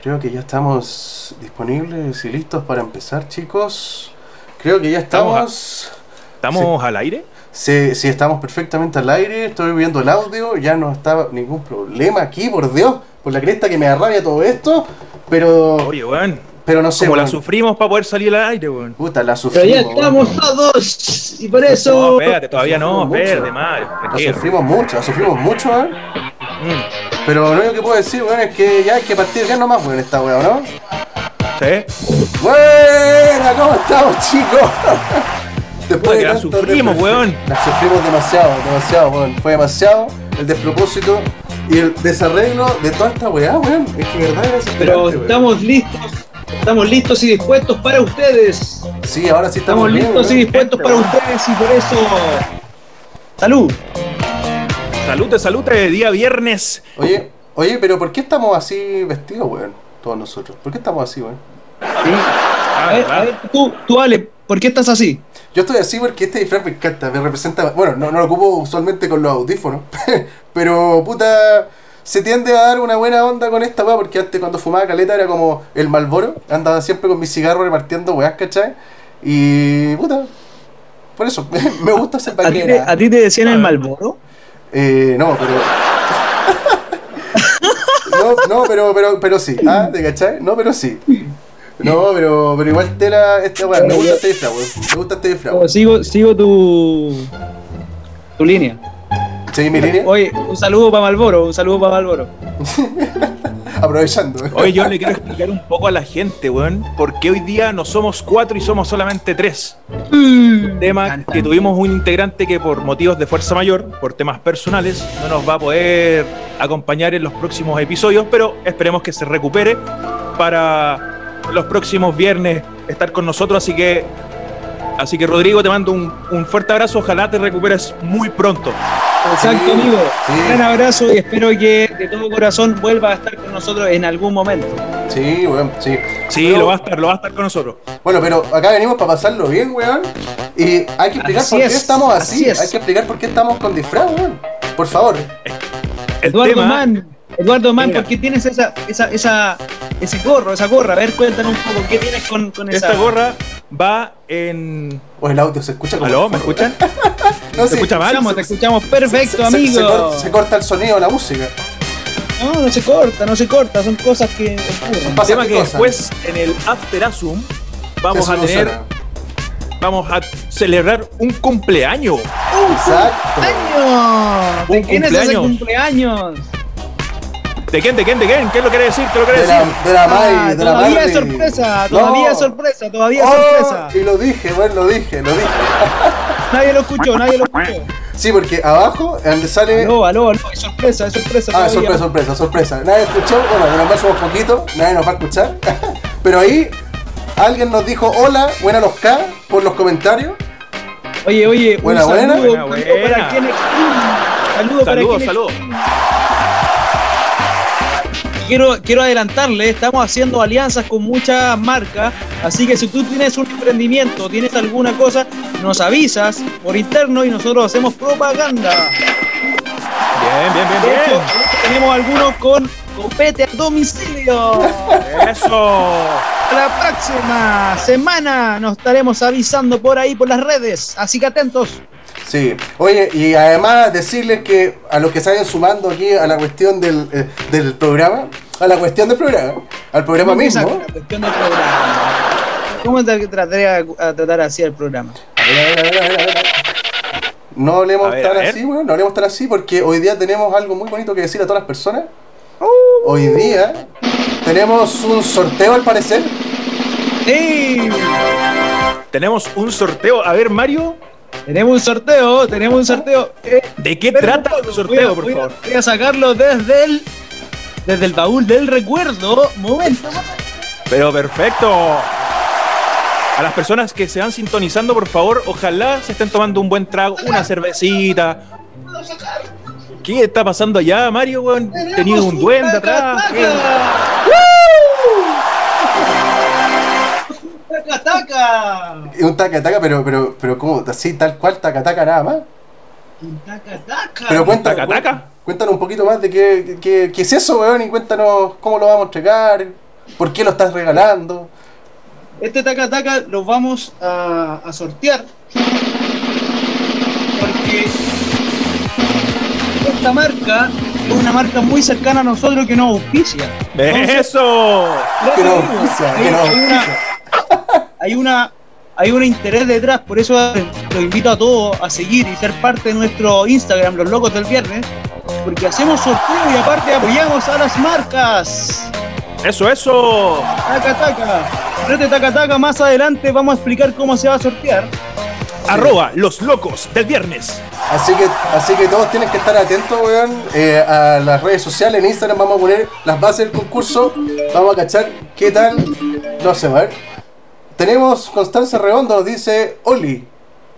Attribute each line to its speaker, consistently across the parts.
Speaker 1: Creo que ya estamos disponibles y listos para empezar, chicos. Creo que ya estamos.
Speaker 2: ¿Estamos al aire?
Speaker 1: Si estamos perfectamente al aire, estoy viendo el audio, ya no está ningún problema aquí, por Dios, por la cresta que me arrabia todo esto, pero
Speaker 2: Oye, weón.
Speaker 1: pero no sé,
Speaker 2: Como la
Speaker 1: weón.
Speaker 2: sufrimos para poder salir al aire, weón.
Speaker 1: puta, la
Speaker 3: Pero
Speaker 1: sufrimos.
Speaker 3: ya
Speaker 1: weón.
Speaker 3: estamos todos y por
Speaker 2: No,
Speaker 3: eso
Speaker 2: espérate, todavía no,
Speaker 1: Sufrimos mucho.
Speaker 2: espérate, madre.
Speaker 1: La
Speaker 2: tranquilo.
Speaker 1: sufrimos mucho, la sufrimos mucho, ¿eh?
Speaker 2: Mm,
Speaker 1: Pero lo único que puedo decir, weón, es que ya hay que partir ya nomás, weón, esta weón, ¿no?
Speaker 2: ¿Sí?
Speaker 1: Buena, ¿cómo estamos, chicos?
Speaker 2: Puta, que la
Speaker 1: tanto
Speaker 2: sufrimos,
Speaker 1: despre-
Speaker 2: weón.
Speaker 1: La sufrimos demasiado, demasiado, weón. Fue demasiado el despropósito y el desarreglo de toda esta weá, weón. Es que verdad es
Speaker 3: pero
Speaker 1: desesperante, weón.
Speaker 3: estamos listos, estamos listos y dispuestos para ustedes.
Speaker 1: Sí, ahora sí estamos,
Speaker 3: Estamos
Speaker 1: bien,
Speaker 3: listos y
Speaker 1: weón.
Speaker 3: dispuestos para ustedes y por eso salud.
Speaker 2: Salute, salute, día viernes.
Speaker 1: Oye, oye, pero ¿por qué estamos así vestidos, weón? Todos nosotros. ¿Por qué estamos así, weón?
Speaker 2: Ah,
Speaker 1: Eh,
Speaker 3: A ver,
Speaker 2: ¿verdad?
Speaker 3: a ver, tú, tú Ale, ¿por qué estás así?
Speaker 1: Yo estoy así porque este disfraz me encanta, me representa. Bueno, no, no lo ocupo usualmente con los audífonos, pero puta. Se tiende a dar una buena onda con esta weá, porque antes cuando fumaba caleta era como el malboro, andaba siempre con mi cigarro repartiendo weás, ¿cachai? Y puta. Por eso, me gusta ser
Speaker 3: ¿A ti, te, a
Speaker 1: vaquera.
Speaker 3: ti te decían
Speaker 2: A
Speaker 3: el
Speaker 2: ver.
Speaker 3: Malboro?
Speaker 1: Eh, no, pero. No, no, pero, pero, pero sí, ¿ah? ¿Te cachai? No, pero sí. No, pero, pero igual tela esta weá, me gusta este disfraz, weón. Me gusta este disfraz.
Speaker 3: O
Speaker 1: weón.
Speaker 3: sigo, sigo tu tu línea.
Speaker 1: ¿Seguí mi línea?
Speaker 3: Oye, un saludo para Malboro, un saludo para Malboro.
Speaker 1: Aprovechando.
Speaker 2: Oye, yo le quiero explicar un poco a la gente, weón, por qué hoy día no somos cuatro y somos solamente tres.
Speaker 1: Mm.
Speaker 2: Tema que tuvimos un integrante que por motivos de fuerza mayor, por temas personales, no nos va a poder acompañar en los próximos episodios, pero esperemos que se recupere para los próximos viernes estar con nosotros, así que así que Rodrigo te mando un, un fuerte abrazo, ojalá te recuperes muy pronto.
Speaker 3: Exacto,
Speaker 1: Sí,
Speaker 3: amigo.
Speaker 1: sí.
Speaker 3: Un gran abrazo y espero que de todo corazón vuelva a estar con nosotros en algún momento.
Speaker 1: Sí, weón, sí.
Speaker 2: Sí,
Speaker 1: Pero-
Speaker 2: lo va a estar, lo va a estar con nosotros.
Speaker 1: Bueno, pero acá venimos para pasarlo bien, weón. Y hay que explicar
Speaker 3: Así
Speaker 1: por qué
Speaker 3: es,
Speaker 1: estamos así.
Speaker 3: así es.
Speaker 1: Hay que explicar por qué estamos con disfraz, weón. Por favor.
Speaker 2: El
Speaker 3: Eduardo
Speaker 2: tema,
Speaker 3: Mann, Eduardo Mann,
Speaker 2: Mira.
Speaker 3: ¿por qué tienes esa, esa, esa, ese gorro, esa gorra? A ver, cuéntanos un poco, ¿qué tienes con, con esa
Speaker 2: esta gorra va en
Speaker 1: O el audio se escucha como.
Speaker 2: ¿Aló? ¿Me escuchan?
Speaker 1: No, sí.
Speaker 2: ¿Me escucha
Speaker 3: Te
Speaker 2: mal?
Speaker 3: escuchamos, te escuchamos perfecto,
Speaker 1: Se- se-
Speaker 3: amigo.
Speaker 1: Se, cor- se corta el sonido de la música.
Speaker 3: No, no se corta, no se corta, son cosas que ocurren.
Speaker 1: Pasa
Speaker 2: tema
Speaker 1: qué
Speaker 2: que
Speaker 1: cosa.
Speaker 2: después en el After Asum vamos
Speaker 1: Eso
Speaker 2: a
Speaker 1: no
Speaker 2: tener,
Speaker 1: suena.
Speaker 2: vamos a celebrar un cumpleaños.
Speaker 1: Exacto.
Speaker 3: ¡Año! ¿De
Speaker 2: Un
Speaker 3: quién es ese
Speaker 2: cumpleaños.
Speaker 3: cumpleaños?
Speaker 2: ¿De quién? ¿De quién? ¿De quién? ¿Qué lo quiere decir? ¿Qué lo quiere
Speaker 1: De la,
Speaker 2: decir?
Speaker 1: de la May,
Speaker 3: Ah,
Speaker 1: de la
Speaker 3: todavía
Speaker 1: Marley.
Speaker 3: es sorpresa, todavía
Speaker 1: No.
Speaker 3: es sorpresa, todavía es
Speaker 1: Oh,
Speaker 3: sorpresa.
Speaker 1: Y lo dije, weón, lo dije, lo dije.
Speaker 3: Nadie lo escuchó, nadie lo escuchó.
Speaker 1: Sí, porque abajo donde sale.
Speaker 3: Aló, aló, aló, es sorpresa, es sorpresa.
Speaker 1: Eh. Ah,
Speaker 3: todavía.
Speaker 1: sorpresa, sorpresa, sorpresa. Nadie escuchó, bueno, menos mal somos poquito, nadie nos va a escuchar. Pero ahí alguien nos dijo hola, buena los K, por los comentarios.
Speaker 3: Oye, oye, un
Speaker 1: Buena, buena.
Speaker 3: saludo, un
Speaker 2: Buena,
Speaker 3: saludo
Speaker 2: buena.
Speaker 3: para quien Saludo para
Speaker 2: Saludos,
Speaker 3: quien
Speaker 2: saludos.
Speaker 3: Quiero, quiero adelantarle, estamos haciendo alianzas con muchas marcas, así que si tú tienes un emprendimiento, tienes alguna cosa, nos avisas por interno y nosotros hacemos propaganda.
Speaker 2: Bien, bien,
Speaker 3: De
Speaker 2: bien,
Speaker 3: hecho, tenemos algunos con copete a domicilio.
Speaker 2: bien. Eso.
Speaker 3: La próxima semana nos estaremos avisando por ahí, por las redes, así que atentos.
Speaker 1: Sí, oye, y además decirles que a los que se vayan sumando aquí a la cuestión del, eh, del programa, a la cuestión del programa, al programa
Speaker 3: Esa
Speaker 1: mismo.
Speaker 3: cuestión del programa. ¿Cómo te trataré a, a tratar así el programa?
Speaker 1: A ver, a ver, a ver, a ver, a ver. No hablemos
Speaker 2: A ver,
Speaker 1: tan
Speaker 2: a ver.
Speaker 1: así, weón, no hablemos tan así porque hoy día tenemos algo muy bonito que decir a todas las personas. Hoy día tenemos un sorteo al parecer.
Speaker 3: ¡Ey!
Speaker 2: Tenemos un sorteo. A ver, Mario,
Speaker 3: Tenemos un sorteo, tenemos un sorteo. Eh,
Speaker 2: ¿de qué
Speaker 3: espera un
Speaker 2: trata
Speaker 3: poco,
Speaker 2: el sorteo,
Speaker 3: voy a-
Speaker 2: por
Speaker 3: voy a-
Speaker 2: favor?
Speaker 3: Voy a sacarlo desde el, desde el baúl del recuerdo. Momento. momento.
Speaker 2: Pero perfecto. A las personas que se van sintonizando, por favor, ojalá se estén tomando un buen trago, una cervecita. ¿Qué está pasando allá, Mario? weón? Tenido un duende atrás.
Speaker 3: ¡Taca, taca!
Speaker 1: Un taca taca, pero, pero, pero como así, tal cual, taca taca nada más.
Speaker 3: Un taca, taca.
Speaker 1: Pero cuéntanos,
Speaker 2: taca, taca.
Speaker 1: cuéntanos un poquito más de qué, qué- qué es eso, weón, y cuéntanos cómo lo vamos a entregar, ¿Por qué lo estás regalando?
Speaker 3: Este taca taca lo vamos a, a sortear. Porque esta marca es una marca muy cercana a nosotros que nos auspicia. Entonces,
Speaker 2: ¡Eso!
Speaker 3: ya
Speaker 1: Que
Speaker 3: te
Speaker 1: no
Speaker 3: digo,
Speaker 1: auspicia,
Speaker 3: hay-
Speaker 1: que no
Speaker 3: hay una-
Speaker 1: auspicia.
Speaker 3: hay una hay un interés detrás, por eso los invito a todos a seguir y ser parte de nuestro Instagram, los locos del viernes, porque hacemos sorteo y aparte apoyamos a las marcas.
Speaker 2: ¡Eso, eso!
Speaker 3: Taca taca. Rete taca taca, más adelante vamos a explicar cómo se va a sortear.
Speaker 2: Arroba los locos del viernes.
Speaker 1: Así que, así que todos tienen que estar atentos, weón, eh, a las redes sociales. En Instagram vamos a poner las bases del concurso. Vamos a cachar qué tal. No sé, va a ver. Tenemos Constanza Redondo, nos dice Oli.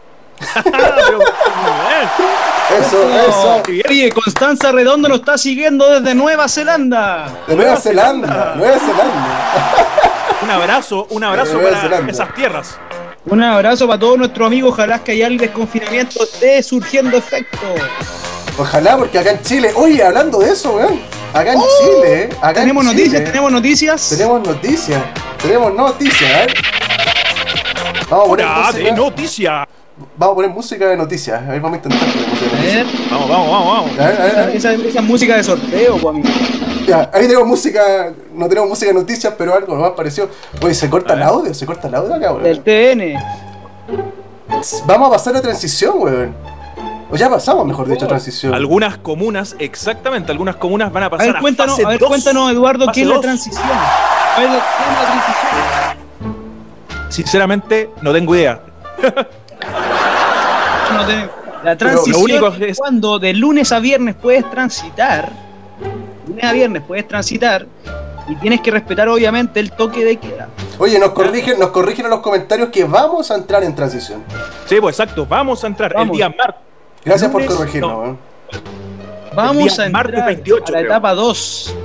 Speaker 2: Pero, muy
Speaker 1: Eso, eso.
Speaker 2: bien.
Speaker 3: Oye, Constanza Redondo nos está siguiendo desde Nueva Zelanda.
Speaker 1: De Nueva Zelanda, Nueva Zelanda.
Speaker 2: Un abrazo, un abrazo
Speaker 1: Nueva
Speaker 2: para
Speaker 1: Zelanda.
Speaker 2: esas tierras.
Speaker 3: Un abrazo para todos nuestros amigos, ojalá que haya el desconfinamiento esté surgiendo efecto.
Speaker 1: Ojalá, porque acá en Chile. Oye, hablando de eso, weón. Acá en Chile, eh, acá
Speaker 3: Oh, Tenemos
Speaker 1: en Chile,
Speaker 3: noticias, tenemos noticias.
Speaker 1: tenemos noticias. Tenemos noticias, ¿eh? Vamos a poner,
Speaker 2: Hora de
Speaker 1: música,
Speaker 2: noticia.
Speaker 1: vamos a poner música de noticias. A ver, vamos a intentar poner música
Speaker 3: A
Speaker 1: de noticias.
Speaker 3: ver,
Speaker 2: Vamos, vamos, vamos, vamos.
Speaker 1: A ver, a ver, a ver.
Speaker 3: esa, esa música de sorteo, po, amigo.
Speaker 1: Ya, ahí tenemos música, no tenemos música de noticias, pero algo más parecido. Oye, se corta el audio, se corta el audio acá,
Speaker 3: Del
Speaker 1: weón.
Speaker 3: TN.
Speaker 1: Vamos a pasar a transición, weón. O ya pasamos, mejor dicho, a
Speaker 3: Oh,
Speaker 1: transición.
Speaker 2: Algunas comunas, exactamente, algunas comunas van a
Speaker 3: A
Speaker 2: pasar
Speaker 3: ver,
Speaker 2: a,
Speaker 3: cuéntanos,
Speaker 2: fase
Speaker 3: a ver,
Speaker 2: dos.
Speaker 3: cuéntanos Eduardo,
Speaker 2: Fase
Speaker 3: ¿qué es la
Speaker 2: dos.
Speaker 3: transición? A ver, ¿qué es la transición?
Speaker 2: Sinceramente, no tengo idea.
Speaker 3: Yo no tengo- La transición
Speaker 2: lo único
Speaker 3: es
Speaker 2: es-
Speaker 3: cuando de lunes a viernes puedes transitar. Lunes a viernes puedes transitar. Y tienes que respetar, obviamente, el toque de queda.
Speaker 1: Oye, nos corrigen, nos corrigen en los comentarios que vamos a entrar en transición.
Speaker 2: Sí, pues exacto, vamos a entrar
Speaker 3: Vamos.
Speaker 2: el día martes.
Speaker 1: Gracias por
Speaker 2: Lunes,
Speaker 1: corregirnos,
Speaker 2: no.
Speaker 1: weón.
Speaker 3: Vamos
Speaker 2: día
Speaker 3: a entrar
Speaker 2: martes 28,
Speaker 3: a la
Speaker 2: creo.
Speaker 3: etapa 2.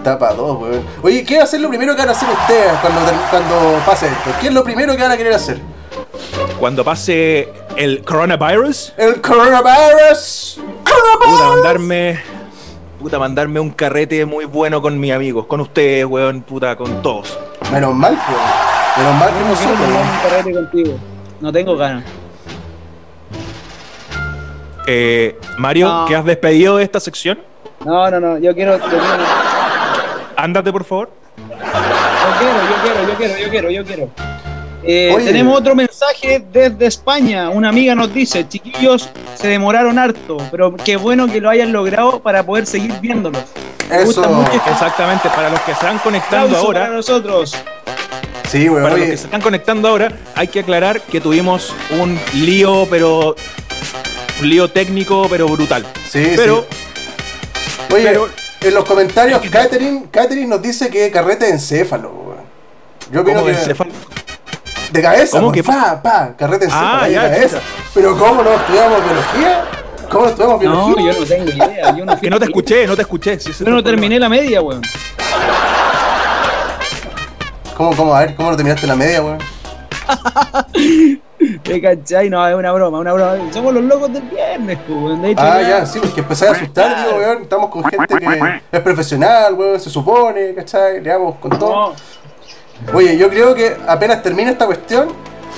Speaker 1: Etapa 2, weón. Oye, ¿qué va a ser lo primero que van a hacer ustedes cuando, cuando pase esto? ¿Qué es lo primero que van a querer hacer?
Speaker 2: Cuando pase el coronavirus,
Speaker 1: El coronavirus.
Speaker 2: puta, mandarme. Puta, mandarme un carrete muy bueno con mis amigos, con ustedes, weón, puta, con todos.
Speaker 1: Menos mal, weón. Menos mal que
Speaker 3: No quiero
Speaker 1: nosotros,
Speaker 3: tomar
Speaker 1: weón.
Speaker 3: un carrete contigo. No tengo ganas.
Speaker 2: Eh, Mario,
Speaker 3: No.
Speaker 2: ¿qué has despedido de esta sección?
Speaker 3: No, no, no. Yo quiero, yo quiero, yo
Speaker 2: Ándate, por favor.
Speaker 3: quiero, yo quiero, yo quiero, yo quiero, yo quiero. Eh,
Speaker 1: Oye.
Speaker 3: tenemos otro mensaje desde España. Una amiga nos dice, chiquillos, se demoraron harto, pero qué bueno que lo hayan logrado para poder seguir viéndolos. Me gusta
Speaker 1: Eso.
Speaker 3: mucho.
Speaker 2: Exactamente, para los que se están conectando
Speaker 3: Aplauso
Speaker 2: ahora,
Speaker 3: para nosotros.
Speaker 1: Sí, weón.
Speaker 2: Para los que
Speaker 1: Oye,
Speaker 2: se están conectando ahora, hay que aclarar que tuvimos un lío, pero. Un lío técnico, pero brutal.
Speaker 1: sí, sí.
Speaker 2: pero
Speaker 1: Oye,
Speaker 2: Pero-
Speaker 1: en los comentarios, Catherine, Catherine nos dice que carrete de encéfalo, weón. Yo opino
Speaker 2: como
Speaker 1: que.
Speaker 2: el cefal-
Speaker 1: De cabeza,
Speaker 2: ¿Cómo
Speaker 1: weón,
Speaker 2: que
Speaker 1: pa, pa, carrete de
Speaker 2: Ah,
Speaker 1: encéfalo, ahí de
Speaker 2: ya,
Speaker 1: cabeza. Pero ¿cómo no estudiamos biología? ¿Cómo no estudiamos
Speaker 3: No,
Speaker 1: biología?
Speaker 3: yo no tengo idea. Yo no, fui-
Speaker 2: Que no te escuché, no te escuché. sí, ese
Speaker 3: Yo no
Speaker 2: fue el
Speaker 3: terminé la media, weón.
Speaker 1: ¿Cómo, cómo? A ver, ¿cómo no terminaste la media, weón?
Speaker 3: Te cachai, no, es una broma, una broma. Somos los locos del viernes, pues, weón. De hecho,
Speaker 1: Ah,
Speaker 3: ya-
Speaker 1: ya, sí, porque empecé a asustar, digo, weón. Estamos con gente que es profesional, weón, se supone, ¿cachai? Le damos con todo.
Speaker 3: No,
Speaker 1: Oye, yo creo que apenas termine esta cuestión,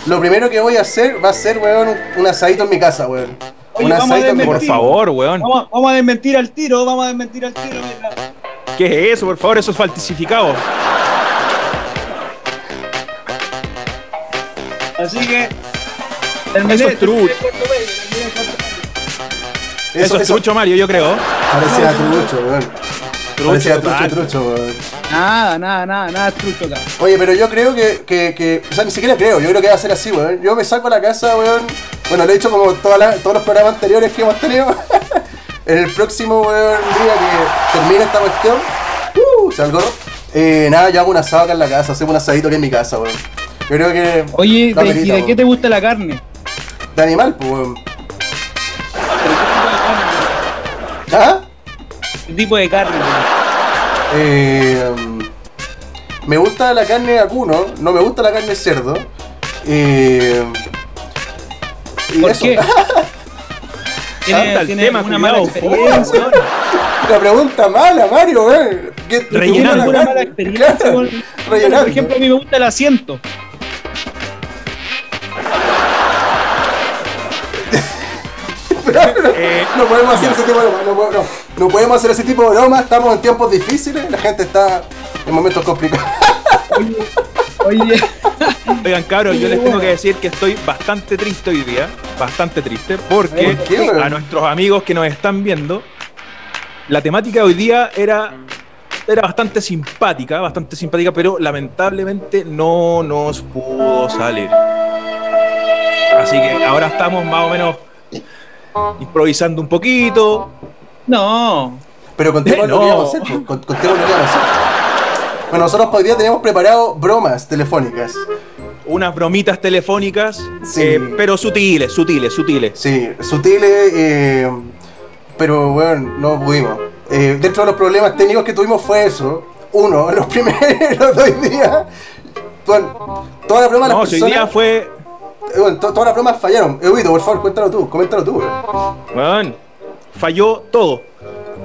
Speaker 1: lo primero que voy a hacer va a ser, weón, un- un asadito en mi casa, weón.
Speaker 3: Oye,
Speaker 1: un
Speaker 3: vamos a
Speaker 1: asadito en mi
Speaker 2: problema.
Speaker 1: casa.
Speaker 2: Por favor, weón.
Speaker 3: vamos, vamos a desmentir al tiro, vamos a desmentir al tiro. mira.
Speaker 2: ¿Qué es eso? Por favor, eso es falsificado.
Speaker 3: Así que. Terminé,
Speaker 2: Eso es trucho.
Speaker 3: terminé el cuarto medio, terminé el cuarto medio.
Speaker 2: Eso, es trucho, Mario, yo creo.
Speaker 1: Parecía trucho, weón. Parecía trucho,
Speaker 2: total.
Speaker 1: trucho, weón.
Speaker 3: Nada, nada, nada, nada es trucho acá.
Speaker 1: Oye, pero yo creo que, que, que. O sea, ni siquiera creo, yo creo que va a ser así, weón. Yo me saco a la casa, weón. Bueno, lo he dicho como todas las- todos los programas anteriores que hemos tenido. en el próximo, weón, día que termine esta cuestión. Uh, salgo. Eh, nada, yo hago un asado acá en la casa, hacemos un asadito aquí en mi casa, weón. Yo creo que.
Speaker 3: Oye,
Speaker 1: lo
Speaker 3: de, ¿y
Speaker 1: amerita,
Speaker 3: de qué
Speaker 1: weón.
Speaker 3: te gusta la carne?
Speaker 1: De animal, pues, weón. ¿Ah?
Speaker 3: ¿Qué tipo de carne? weón?
Speaker 1: Eh, mm, me gusta la carne de vacuno, no me gusta la carne de cerdo. Eh, y
Speaker 3: ¿Por
Speaker 1: eso.
Speaker 3: qué?
Speaker 2: Anda
Speaker 3: ¿Tiene,
Speaker 2: el
Speaker 3: tiene
Speaker 2: tema,
Speaker 3: alguna
Speaker 2: cuidado.
Speaker 3: mala experiencia?
Speaker 1: La pregunta mala, Mario, eh. que te gusta
Speaker 2: Rellenar.
Speaker 1: la
Speaker 3: alguna
Speaker 1: carne.
Speaker 3: mala experiencia
Speaker 1: Claro,
Speaker 3: con-
Speaker 1: rellenar.
Speaker 3: Por ejemplo, a mí me gusta el asiento.
Speaker 2: Eh,
Speaker 1: No podemos hacer ese tipo de no, po- no, no podemos hacer ese tipo de bromas, estamos en tiempos difíciles, la gente está en momentos complicados.
Speaker 3: Oye,
Speaker 2: Oigan, cabros, yo les tengo que decir que estoy bastante triste hoy día, bastante triste, porque
Speaker 1: ¿Por qué, weón?
Speaker 2: a nuestros amigos que nos están viendo, la temática de hoy día era, era bastante simpática, bastante simpática, pero lamentablemente no nos pudo salir. Así que ahora estamos más o menos improvisando un poquito.
Speaker 3: no.
Speaker 1: Pero contemos
Speaker 2: Eh,
Speaker 1: lo que
Speaker 2: no.
Speaker 1: íbamos a hacer, pues, cont- contemos lo que íbamos a hacer. Bueno, nosotros hoy día teníamos preparado bromas telefónicas.
Speaker 2: Unas bromitas telefónicas,
Speaker 1: Sí.
Speaker 2: eh, pero sutiles, sutiles, sutiles.
Speaker 1: Sí, sutiles, eh, pero bueno, no pudimos. Eh, dentro de los problemas técnicos que tuvimos fue eso. Uno, los primeros dos días. Bueno, todas las bromas de
Speaker 2: No,
Speaker 1: las
Speaker 2: si hoy día
Speaker 1: personas.
Speaker 2: fue...
Speaker 1: eh, bueno, to- todas las bromas fallaron. Euito, por favor, cuéntalo tú, coméntalo tú. weón.
Speaker 2: Weón, falló todo.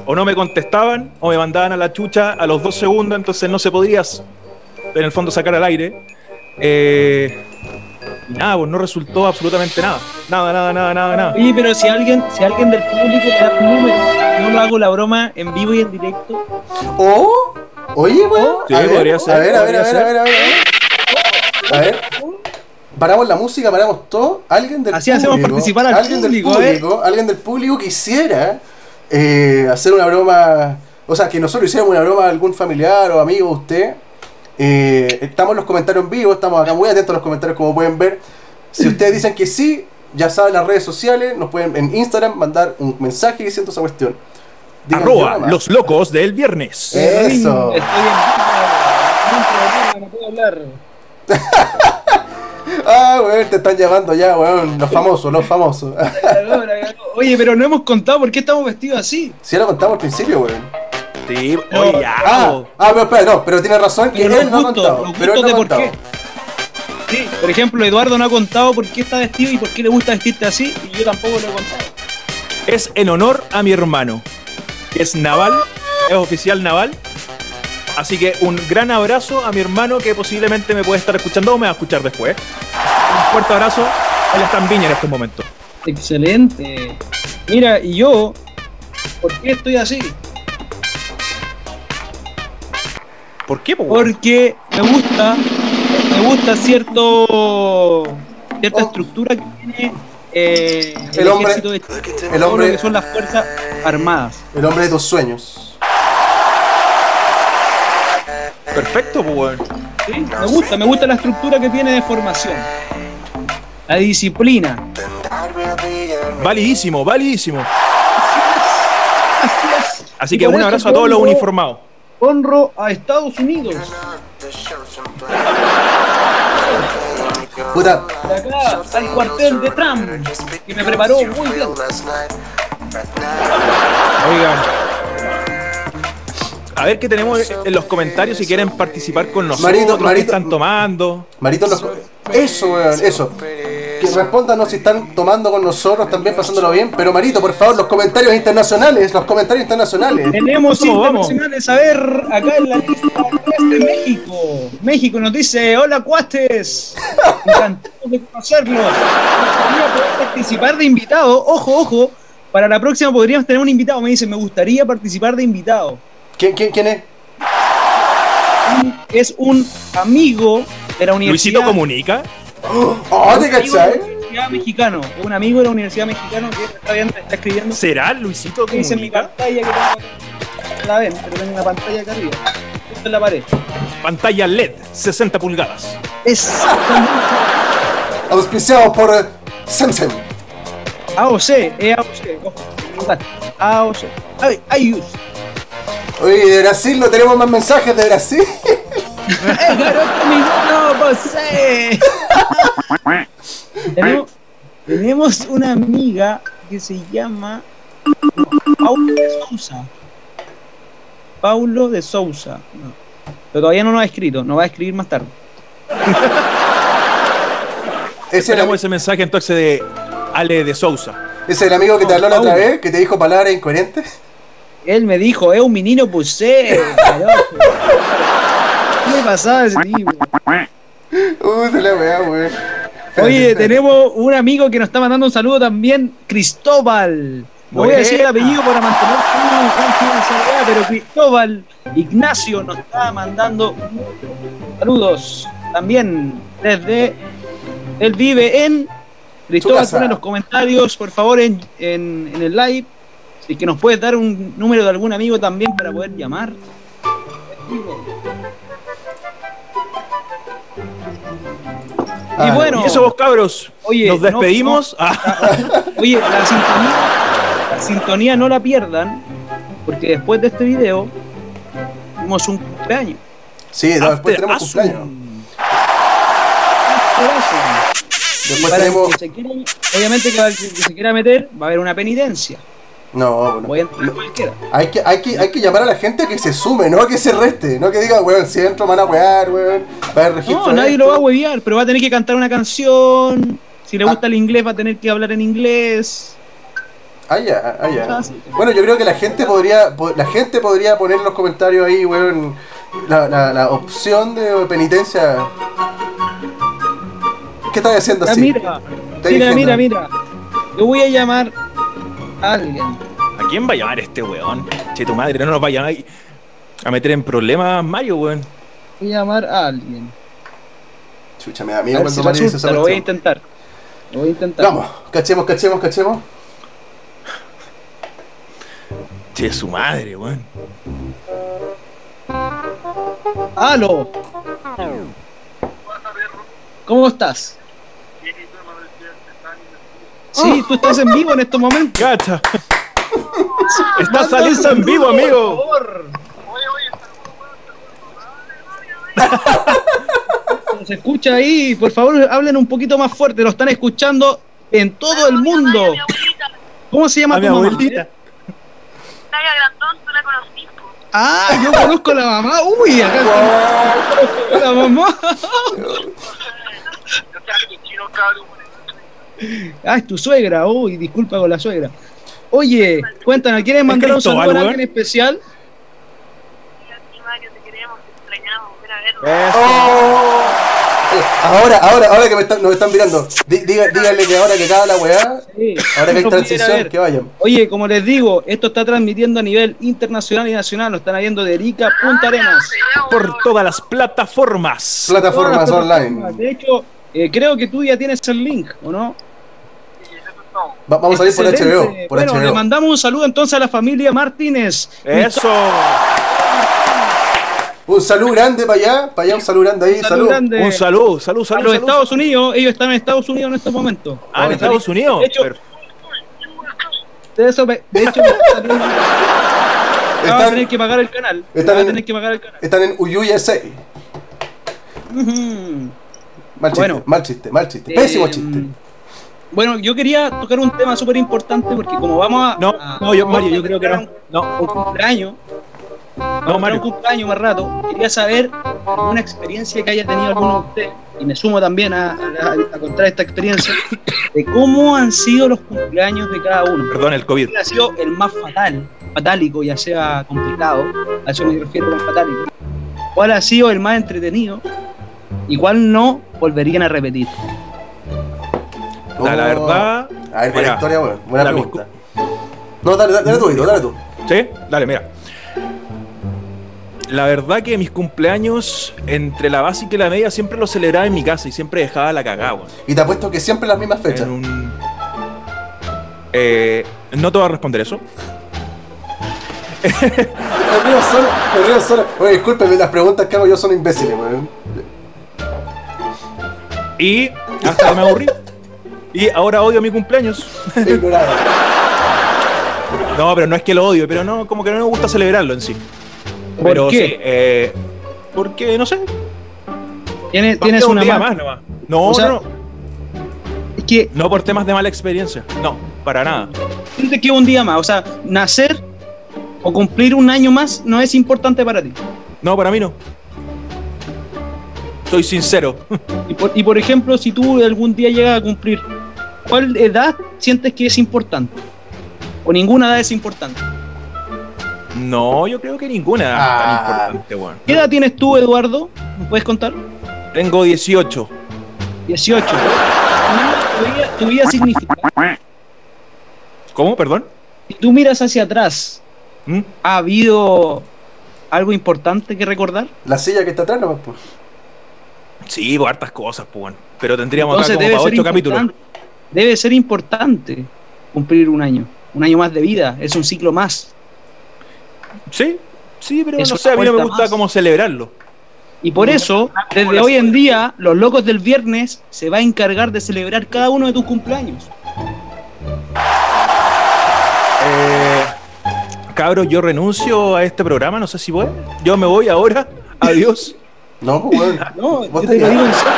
Speaker 2: O no me contestaban, o me mandaban a la chucha a los dos segundos, entonces no se podía s- en el fondo sacar al aire. Eh, y nada, pues no resultó absolutamente nada. Nada, nada, nada, nada, nada.
Speaker 3: Oye, pero si alguien, si alguien del público me da un número, yo no hago la broma en vivo y en directo.
Speaker 1: O, oye, weón.
Speaker 2: Sí,
Speaker 1: a ver,
Speaker 2: podría ser,
Speaker 1: A ver, a ver,
Speaker 2: podría
Speaker 1: a ver, a
Speaker 2: ser.
Speaker 1: ver, a ver. A ver. Paramos la música, paramos todo. Alguien del
Speaker 3: Así
Speaker 1: público.
Speaker 3: hacemos participar al
Speaker 1: alguien
Speaker 3: público, ¿eh? a
Speaker 1: del
Speaker 3: ver.
Speaker 1: público alguien del público quisiera eh, hacer una broma. O sea, que nosotros hiciéramos una broma a algún familiar o amigo de usted. Eh, estamos en los comentarios en vivo, estamos acá muy atentos a los comentarios, como pueden ver. Si ustedes dicen que sí, ya saben las redes sociales, nos pueden en Instagram mandar un mensaje diciendo esa cuestión. Digan
Speaker 2: Arroba
Speaker 1: broma.
Speaker 2: los locos del viernes.
Speaker 1: Eso.
Speaker 3: Estoy en vivo, no puedo hablar.
Speaker 1: Ah, weón, te están llamando ya, weón. Los famosos, los famosos.
Speaker 3: Cagó, la cagó. Oye, pero no hemos contado por qué estamos vestidos así.
Speaker 1: Si ya lo contamos al principio, weón.
Speaker 2: Sí,
Speaker 3: No.
Speaker 2: oye, ya,
Speaker 1: Ah,
Speaker 2: po.
Speaker 1: ah, pero espera, no, pero tiene razón que
Speaker 3: Pero los
Speaker 1: él no ha
Speaker 3: gustos,
Speaker 1: contado.
Speaker 3: los
Speaker 1: Pero él
Speaker 3: gustos
Speaker 1: no ha
Speaker 3: de por
Speaker 1: contado.
Speaker 3: Sí, por ejemplo, Eduardo no ha contado por qué está vestido y por qué le gusta vestirte así, y yo tampoco lo he contado.
Speaker 2: es en honor a mi hermano. que Es naval, es oficial naval. Así que un gran abrazo a mi hermano que posiblemente me puede estar escuchando o me va a escuchar después. Un fuerte abrazo. Él está en Viña en este momento.
Speaker 3: Excelente. Mira, y yo, ¿por qué estoy así?
Speaker 2: ¿Por qué, po, weón?
Speaker 3: Porque me gusta, me gusta cierto, cierta
Speaker 1: Oh.
Speaker 3: estructura que tiene eh, el,
Speaker 1: El hombre-
Speaker 3: ejército de Chile,
Speaker 1: El
Speaker 3: todo lo
Speaker 1: hombre,
Speaker 3: que son las fuerzas armadas.
Speaker 1: el hombre de tus sueños.
Speaker 2: Perfecto, po, weón.
Speaker 3: ¿sí? Me gusta, me gusta la estructura que tiene de formación, la disciplina.
Speaker 2: Validísimo, validísimo.
Speaker 3: Así es.
Speaker 2: Así
Speaker 3: Y
Speaker 2: que
Speaker 3: por
Speaker 2: un
Speaker 3: eso
Speaker 2: abrazo a
Speaker 3: yo
Speaker 2: todos los
Speaker 3: honro-
Speaker 2: uniformados.
Speaker 3: Honro a Estados Unidos.
Speaker 1: Puta,
Speaker 3: De acá al cuartel de Trump, que me preparó muy bien.
Speaker 2: Oigan. A ver qué tenemos en los comentarios si quieren participar con nosotros.
Speaker 1: Marito,
Speaker 2: qué
Speaker 1: Marito.
Speaker 2: están tomando?
Speaker 1: Marito, los co- eso, weón, eso. Que respóndanos si están tomando con nosotros, también pasándolo bien. Pero Marito, por favor, los comentarios internacionales, los comentarios internacionales.
Speaker 3: Tenemos
Speaker 2: ¿Cómo vamos?
Speaker 3: internacionales, a ver, acá en la lista de México. México nos dice, hola cuates, encantados de conocerlos. Nos gustaría poder participar de invitado, ojo, ojo, para la próxima podríamos tener un invitado, me dice, me gustaría participar de invitado.
Speaker 1: ¿Quién, quién, quién es?
Speaker 3: Es un amigo de la universidad.
Speaker 2: Luisito comunica.
Speaker 1: Oh, te
Speaker 3: amigo de la
Speaker 1: cachai.
Speaker 3: Universidad Mexicano, es un amigo de la Universidad Mexicana que está, viendo, está escribiendo.
Speaker 2: ¿Será Luisito
Speaker 3: ¿Qué dice en mi
Speaker 2: comunica?
Speaker 3: pantalla que tengo acá? No la ven, pero tengo una pantalla acá arriba. Justo en la pared.
Speaker 2: Pantalla LED, 60 pulgadas.
Speaker 3: Es
Speaker 1: Auspiciado por eh, Samsung.
Speaker 3: AOC, es AOC. ojo, lugar, AOC. Ay, Ayus.
Speaker 1: Oye, de Brasil no tenemos más mensajes de Brasil.
Speaker 3: ¡Eh, garoto, mi no posee! tenemos, tenemos una amiga que se llama no, Paulo de Sousa. Paulo de Sousa. no. Pero todavía no lo ha escrito, no va a escribir más tarde.
Speaker 1: Ese era-
Speaker 2: Tenemos ese mensaje entonces de Ale de Sousa.
Speaker 1: ¿Es el amigo que te habló la otra
Speaker 3: Paulo.
Speaker 1: vez? ¿Que te dijo palabras incoherentes?
Speaker 3: Él me dijo, es un menino puse. ¿Qué le pasaba a ese tipo?
Speaker 1: Uh, se la weá, weón.
Speaker 3: Oye, tenemos un amigo que nos está mandando un saludo también, Cristóbal. No voy a decir el apellido para mantener confidencialidad, pero Cristóbal Ignacio nos está mandando saludos también desde él vive en Cristóbal
Speaker 1: casa.
Speaker 3: pone los comentarios por favor en, en, en el live si es que nos puedes dar un número de algún amigo también para poder llamar
Speaker 1: Ah,
Speaker 3: y bueno
Speaker 2: Y Ah, eso vos, cabros.
Speaker 3: Oye,
Speaker 2: Nos
Speaker 3: no-
Speaker 2: despedimos. Ah,
Speaker 3: Oye, la sintonía, la sintonía no la pierdan, porque después de este video tuvimos un cumpleaños.
Speaker 1: Sí, no, después
Speaker 2: after
Speaker 1: tenemos
Speaker 2: Asum.
Speaker 1: cumpleaños. Después
Speaker 3: Para el
Speaker 1: tenemos.
Speaker 3: que se quiera- obviamente que para el que se quiera meter va a haber una penitencia.
Speaker 1: No, no.
Speaker 3: Voy a entrar cualquiera.
Speaker 1: Hay que, hay, que, hay que llamar a la gente a que se sume, no a que se reste, no que diga, weón, si entro me van a wear, weón, va a registrar.
Speaker 3: No, nadie lo va a huevear, pero va a tener que cantar una canción. Si le gusta el inglés va a tener que hablar en inglés.
Speaker 1: Ah, ya, ah, ya.
Speaker 3: Ah, sí.
Speaker 1: Bueno, yo creo que la gente podría po- la gente podría poner en los comentarios ahí, weón, la, la, la opción de penitencia. ¿Qué estás haciendo
Speaker 3: Ah,
Speaker 1: así?
Speaker 3: mira,
Speaker 1: Está
Speaker 3: mira,
Speaker 1: diciendo-
Speaker 3: mira, mira. Yo voy a llamar a alguien.
Speaker 2: ¿A quién va a llamar este weón? Che, tu madre, no nos va a llamar a meter en problemas, Mario, weón.
Speaker 3: Voy a llamar a alguien.
Speaker 1: Chucha, me da
Speaker 3: A
Speaker 1: miedo
Speaker 3: ver si
Speaker 1: cuando Mario dice
Speaker 3: resulta,
Speaker 1: esa
Speaker 3: lo voy a
Speaker 1: cuestión.
Speaker 3: intentar. Lo voy a intentar.
Speaker 1: Vamos, cachemos, cachemos, cachemos.
Speaker 2: Che, su madre, weón.
Speaker 3: ¡Aló! ¿Cómo estás? Sí,
Speaker 2: Oh.
Speaker 3: tú estás en vivo en estos momentos.
Speaker 2: Cacha. Está
Speaker 3: Manda
Speaker 2: saliendo en
Speaker 3: saludos,
Speaker 2: vivo,
Speaker 3: por
Speaker 2: amigo.
Speaker 3: favor. Se escucha ahí, por favor, hablen un poquito más fuerte, lo están escuchando en todo el mundo. ¿Cómo se llama
Speaker 2: A
Speaker 3: tu
Speaker 2: Ah, mi
Speaker 3: mamá?
Speaker 2: abuelita.
Speaker 4: Talla Grandón, tú la conocí. po.
Speaker 3: Ah, yo conozco a la mamá. Uy, acá está la mamá. Ah, es tu suegra. Uy, disculpa con la suegra. Oye, cuéntanos, ¿quieres mandar un
Speaker 2: Cristóbal,
Speaker 3: saludo a
Speaker 2: weón?
Speaker 3: alguien especial?
Speaker 4: Y a ti, Mario, te queremos, te extrañamos. Ven a vernos.
Speaker 2: Eso.
Speaker 1: ¡Oh! Eh, Ahora, ahora, ahora que me están, nos están mirando, di- diga- díganle que ahora que caga la weá,
Speaker 3: Sí,
Speaker 1: ahora que hay
Speaker 3: no pudiera
Speaker 1: transición,
Speaker 3: ver.
Speaker 1: que vayan.
Speaker 3: Oye, como les digo, esto está transmitiendo a nivel internacional y nacional. Lo están viendo de Erika a Punta Arenas.
Speaker 2: Por todas las plataformas.
Speaker 1: Plataformas
Speaker 3: Todas las plataformas.
Speaker 1: online.
Speaker 3: De hecho, eh, creo que tú ya tienes el link, ¿o no?
Speaker 1: Va- vamos a salir por
Speaker 3: Excelente.
Speaker 1: HBO, por
Speaker 3: bueno, le
Speaker 1: HBO.
Speaker 3: mandamos un saludo entonces a la familia Martínez.
Speaker 2: Eso.
Speaker 1: Un saludo grande para allá, para allá un saludo grande ahí,
Speaker 3: Un saludo
Speaker 1: salud.
Speaker 3: grande
Speaker 2: Un saludo, salud,
Speaker 3: a
Speaker 2: salud.
Speaker 3: los
Speaker 2: salud.
Speaker 3: Estados Unidos. Ellos están en Estados Unidos en este estos momentos.
Speaker 2: Ah, en Estados Unidos.
Speaker 3: De hecho,
Speaker 2: Perfecto.
Speaker 3: De, eso me- de hecho, me salieron- van a
Speaker 1: Están-
Speaker 3: tener que pagar el canal.
Speaker 1: están
Speaker 3: Van a
Speaker 1: en-
Speaker 3: tener que pagar el canal.
Speaker 1: Están en Uyuya 6.
Speaker 3: Ujú.
Speaker 1: Mal chiste,
Speaker 3: Bueno.
Speaker 1: mal chiste, mal chiste. Pésimo
Speaker 3: Eh,
Speaker 1: chiste.
Speaker 3: Bueno, yo quería tocar un tema súper importante porque como vamos a...
Speaker 2: No,
Speaker 3: a-
Speaker 2: no, yo,
Speaker 3: vamos a
Speaker 2: Mario, yo creo que
Speaker 3: celebrar
Speaker 2: no. No,
Speaker 3: Un cumpleaños,
Speaker 2: no,
Speaker 3: celebrar un
Speaker 2: Mario.
Speaker 3: cumpleaños más rato. Quería saber una experiencia que haya tenido alguno de ustedes, y me sumo también a, a- a contar esta experiencia, de cómo han sido los cumpleaños de cada uno.
Speaker 2: Perdón, el COVID.
Speaker 3: ¿Cuál ha sido el más fatal, fatálico, ya sea complicado, a eso me refiero con fatálico? ¿Cuál ha sido el más entretenido? ¿Y cuál no volverían a repetir?
Speaker 2: La,
Speaker 3: Oh.
Speaker 2: la verdad.
Speaker 1: Oh. A ver, buena
Speaker 2: mira,
Speaker 1: historia, weón. Buena
Speaker 2: la
Speaker 1: pregunta. No, dale, dale, dale tú, Guido, dale tú.
Speaker 2: ¿Sí? Dale, mira. La verdad que mis cumpleaños, entre la básica y la media, siempre los celebraba en mi casa y siempre dejaba la cagada, weón.
Speaker 1: Y te apuesto que siempre las mismas fechas.
Speaker 2: En un- Eh, no te voy a responder eso.
Speaker 1: Me río solo, me río solo. Oye, discúlpeme, las preguntas que hago yo son imbéciles, weón.
Speaker 2: Y hasta que me aburrí. Y ahora odio mi cumpleaños.
Speaker 1: Ignorado.
Speaker 2: No, pero no es que lo odio, pero no, como que no me gusta celebrarlo en sí. Pero
Speaker 3: ¿Por qué?
Speaker 2: sí, eh, porque no sé.
Speaker 3: ¿Tienes, tienes
Speaker 2: un
Speaker 3: una
Speaker 2: día
Speaker 3: más?
Speaker 2: más nomás. No,
Speaker 3: O sea-
Speaker 2: no, no.
Speaker 3: Es que
Speaker 2: No por temas de mala experiencia. No, para nada.
Speaker 3: siente que un día más, o sea, nacer o cumplir un año más no es importante para ti.
Speaker 2: No, para mí no. Soy sincero.
Speaker 3: Y por, y por ejemplo, si tú algún día llegas a cumplir, ¿cuál edad sientes que es importante? O ninguna edad es importante.
Speaker 2: No, yo creo que ninguna
Speaker 1: Ah.
Speaker 2: tan importante, weón.
Speaker 3: ¿Qué edad tienes tú, Eduardo? ¿Me puedes contar?
Speaker 2: Tengo 18.
Speaker 3: 18. ¿Tu vida, tu vida significa?
Speaker 2: ¿Cómo? ¿Perdón?
Speaker 3: Si tú miras hacia atrás,
Speaker 2: ¿Mm?
Speaker 3: ¿ha habido algo importante que recordar?
Speaker 1: La silla que está atrás, no pues.
Speaker 2: Sí, pues, hartas cosas, pues, weón. Pero tendríamos
Speaker 3: Entonces
Speaker 2: acá como
Speaker 3: debe
Speaker 2: para
Speaker 3: ser,
Speaker 2: 8 capítulos.
Speaker 3: importante, debe ser importante cumplir un año. Un año más de vida. Es un ciclo más.
Speaker 2: Sí, sí, pero
Speaker 3: Eso
Speaker 2: no sé, a mí no me
Speaker 3: cuenta
Speaker 2: gusta
Speaker 3: más.
Speaker 2: cómo celebrarlo.
Speaker 3: Y por eso, desde hoy en día, los locos del viernes se va a encargar de celebrar cada uno de tus cumpleaños.
Speaker 2: Eh, cabros, yo renuncio a este programa, no sé si voy. Yo me voy ahora. Adiós.
Speaker 1: No, pues, weón.
Speaker 3: No, yo
Speaker 1: Vos
Speaker 3: te lo
Speaker 1: tenés-
Speaker 3: digo en serio.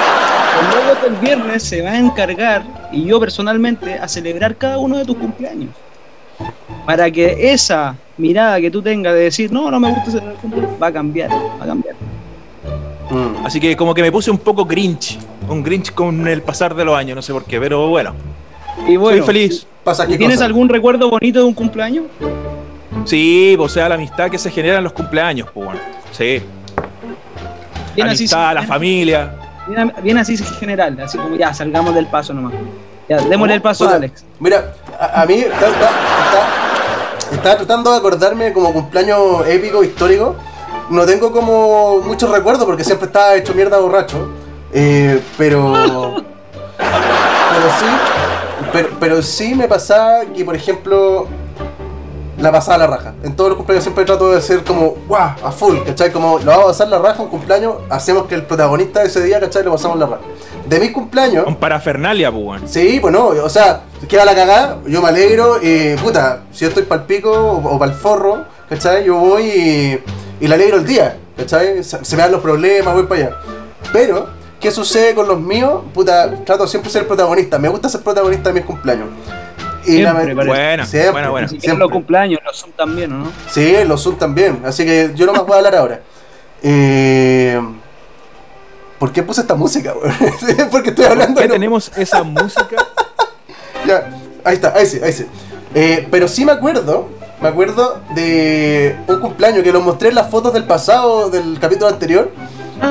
Speaker 3: Los locos del viernes se va a encargar, y yo personalmente, a celebrar cada uno de tus cumpleaños. Para que esa mirada que tú tengas de decir, no, no me gusta celebrar cumpleaños, va a cambiar, va a cambiar.
Speaker 1: Mm.
Speaker 2: Así que como que me puse un poco grinch. Un grinch con el pasar de los años, no sé por qué, pero bueno.
Speaker 3: Y bueno,
Speaker 2: soy feliz.
Speaker 1: Pasa
Speaker 3: ¿y
Speaker 1: que
Speaker 3: ¿Tienes algún recuerdo bonito de un cumpleaños?
Speaker 2: Sí, o sea, la amistad que se genera en los cumpleaños, pues, bueno. Sí. La
Speaker 3: Bien así,
Speaker 2: amistad, la familia.
Speaker 3: bien, bien así general, así como ya, salgamos del paso nomás. Ya, démosle
Speaker 2: Oh,
Speaker 3: el paso a
Speaker 1: Puta,
Speaker 3: Alex.
Speaker 1: Mira, a, a mí está- está- está- estaba tratando de acordarme como cumpleaños épico, histórico. No tengo como muchos recuerdos porque siempre estaba hecho mierda borracho. Eh, pero. Pero sí. Pero, pero sí me pasaba que, por ejemplo, la pasaba la raja. En todos los cumpleaños siempre trato de ser como, ¡guau! A full, ¿cachai? Como, lo vamos a pasar la raja, un cumpleaños, hacemos que el protagonista de ese día, ¿cachai? Lo pasamos la raja. De mis cumpleaños.
Speaker 2: Con parafernalia, pues, bueno.
Speaker 1: Sí, pues no, o sea, queda la cagada, yo me alegro, y puta, si yo estoy pa'l pico o, o pa'l forro, ¿cachai? Yo voy y, y le alegro el día, ¿cachai? Se, se me dan los problemas, voy para allá. Pero, ¿qué sucede con los míos? Puta, trato siempre de ser protagonista, me gusta ser protagonista de mis cumpleaños.
Speaker 3: Siempre, parece.
Speaker 2: Buena,
Speaker 1: siempre,
Speaker 2: buena, buena.
Speaker 3: Ni siquiera
Speaker 1: siempre.
Speaker 3: los cumpleaños, los son también, ¿o ¿no?
Speaker 1: Sí, los Zoom también, así que yo no más voy a hablar ahora. Eh, ¿Por qué puse esta música, weón? Porque estoy
Speaker 2: ¿Por
Speaker 1: hablando de
Speaker 2: qué
Speaker 1: los
Speaker 2: tenemos esa música?
Speaker 1: Ya, ahí está, ahí sí, ahí sí. Eh, pero sí me acuerdo, me acuerdo de un cumpleaños que lo mostré en las fotos del pasado, del capítulo anterior,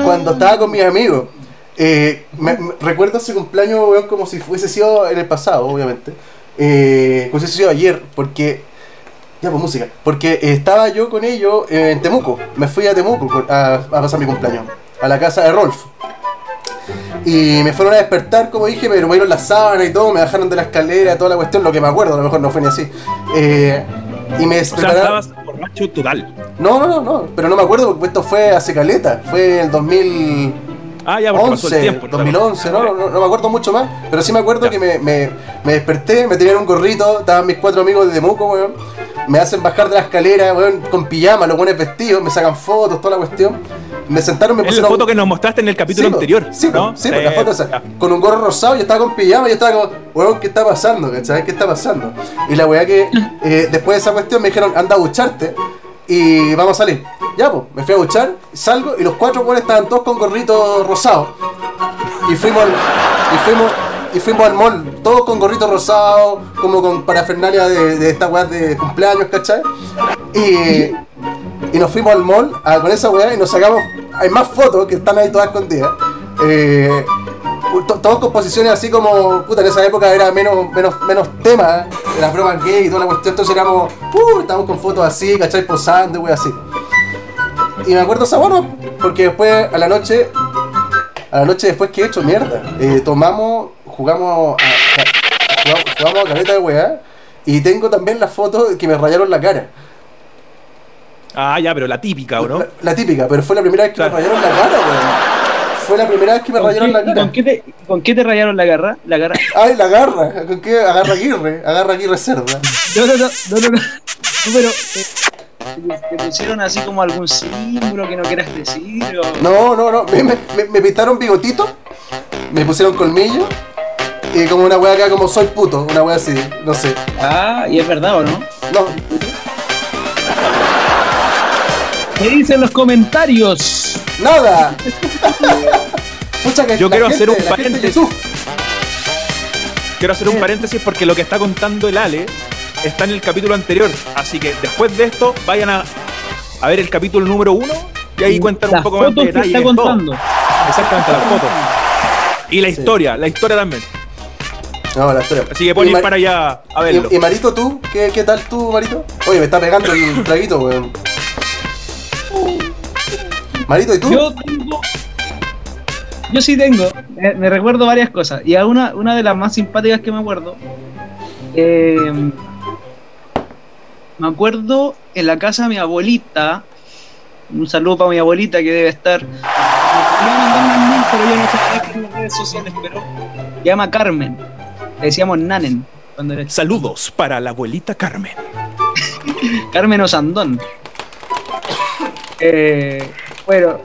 Speaker 1: cuando estaba con mis amigos. Eh, me- me- recuerdo ese cumpleaños weón, como si fuese sido en el pasado, obviamente. Eh, como si hubiese sido ayer, porque... Ya, pues música. Porque eh, estaba yo con ellos eh, en Temuco. Me fui a Temuco con- a, a pasar mi cumpleaños. A la casa de Rolf. Y me fueron a despertar, como dije, pero me dieron la sábana y todo, me bajaron de la escalera, toda la cuestión, lo que me acuerdo, a lo mejor no fue ni así. Eh, y me
Speaker 2: O sea,
Speaker 1: desprepararon.
Speaker 2: estabas borracho total.
Speaker 1: No, no, no, no, pero no me acuerdo porque esto fue hace caleta, fue en el 2000.
Speaker 2: Ah, ya, porque pasó el
Speaker 1: 11,
Speaker 2: tiempo. claro.
Speaker 1: 2011, no, no, no, no me acuerdo mucho más, pero sí me acuerdo
Speaker 2: Ya.
Speaker 1: que me, me- me desperté, me tenían un gorrito, estaban mis cuatro amigos de Temuco, weón, me hacen bajar de la escalera, weón, con pijama, los buenos vestidos, me sacan fotos, toda la cuestión, me sentaron, me
Speaker 2: Es la foto que nos mostraste en el capítulo
Speaker 1: Sí, po,
Speaker 2: anterior.
Speaker 1: Sí, po,
Speaker 2: ¿no?
Speaker 1: sí, po, la
Speaker 2: Eh,
Speaker 1: foto esa.
Speaker 2: ya.
Speaker 1: Con un gorro rosado, yo estaba con pijama, yo estaba como, weón, ¿qué está pasando? ¿Cachai? ¿Qué está pasando? Y la weá que eh, después de esa cuestión me dijeron, anda a ducharte y vamos a salir. Ya, pues, me fui a duchar, salgo y los cuatro weones estaban todos con gorrito rosado. Y fuimos al, y fuimos, y fuimos al mall, todos con gorrito rosado, como con parafernalia de, de esta weá de cumpleaños, ¿cachai? Y, y nos fuimos al mall a- con esa weá y nos sacamos. Hay más fotos que están ahí todas escondidas. Eh, to- todas composiciones así como. Puta, en esa época era menos, menos, menos tema. ¿eh? de Las bromas gay y toda la cuestión. Entonces éramos. Uh, estábamos con fotos así, ¿cachai? Posando, weá, así. Y me acuerdo esa bueno, porque después a la noche. A la noche después que he hecho mierda. eh, tomamos, jugamos a, ca- jugamos, jugamos a caleta de weá. Y tengo también las fotos que me rayaron la cara.
Speaker 2: Ah, ya, pero la típica, ¿o no?
Speaker 1: La, la típica, pero fue la primera vez que me
Speaker 2: Claro.
Speaker 1: rayaron la cara, weón. Fue la primera vez que me
Speaker 3: ¿Con
Speaker 1: rayaron
Speaker 3: qué-
Speaker 1: la
Speaker 3: y
Speaker 1: cara.
Speaker 3: con qué te- y con qué te rayaron la garra? La garra.
Speaker 1: Ay, la garra. ¿Con qué? Agarra Aguirre. Agarra Aguirre cerda.
Speaker 3: No, no, no, no, no, no. No, pero eh, te, te pusieron así como algún símbolo que no quieras decir. o-
Speaker 1: No, no, no. Me, me, me- me pintaron bigotito. Me pusieron colmillo. Y como una wea acá, como soy puto. Una wea así. No sé.
Speaker 3: Ah, y es verdad o no.
Speaker 1: No.
Speaker 3: ¿Qué dicen los comentarios?
Speaker 1: Nada. Pucha que
Speaker 2: Yo
Speaker 1: la
Speaker 2: quiero
Speaker 1: gente-
Speaker 2: hacer un
Speaker 1: la gente de
Speaker 2: paréntesis.
Speaker 1: YouTube.
Speaker 2: Quiero hacer un paréntesis porque lo que está contando el Ale está en el capítulo anterior. Así que después de esto, vayan a, a ver el capítulo número uno y ahí cuentan
Speaker 3: Las
Speaker 2: un poco más de
Speaker 3: fotos que
Speaker 2: detalle.
Speaker 3: está
Speaker 2: de todo.
Speaker 3: contando.
Speaker 2: Exactamente, las fotos. Y la
Speaker 1: Sí.
Speaker 2: historia, la historia también.
Speaker 1: No, la espera.
Speaker 2: Así que pueden
Speaker 1: Y
Speaker 2: ir
Speaker 1: Mar-
Speaker 2: para allá a verlo.
Speaker 1: y, y Marito, tú? ¿Qué, ¿Qué tal tú, Marito? Oye, me está pegando el traguito, weón. Marito, ¿y tú?
Speaker 3: Yo tengo. Yo sí tengo. eh, me recuerdo varias cosas. Y a una, una de las más simpáticas que me acuerdo. eh, me acuerdo en la casa de mi abuelita. Un saludo para mi abuelita que debe estar. Me quería mandar un mail, pero yo no sé en las redes sociales, pero. Se llama Carmen. Le decíamos Nanen cuando era chico.
Speaker 2: Saludos para la abuelita Carmen.
Speaker 3: Carmen Osandón. Eh, bueno,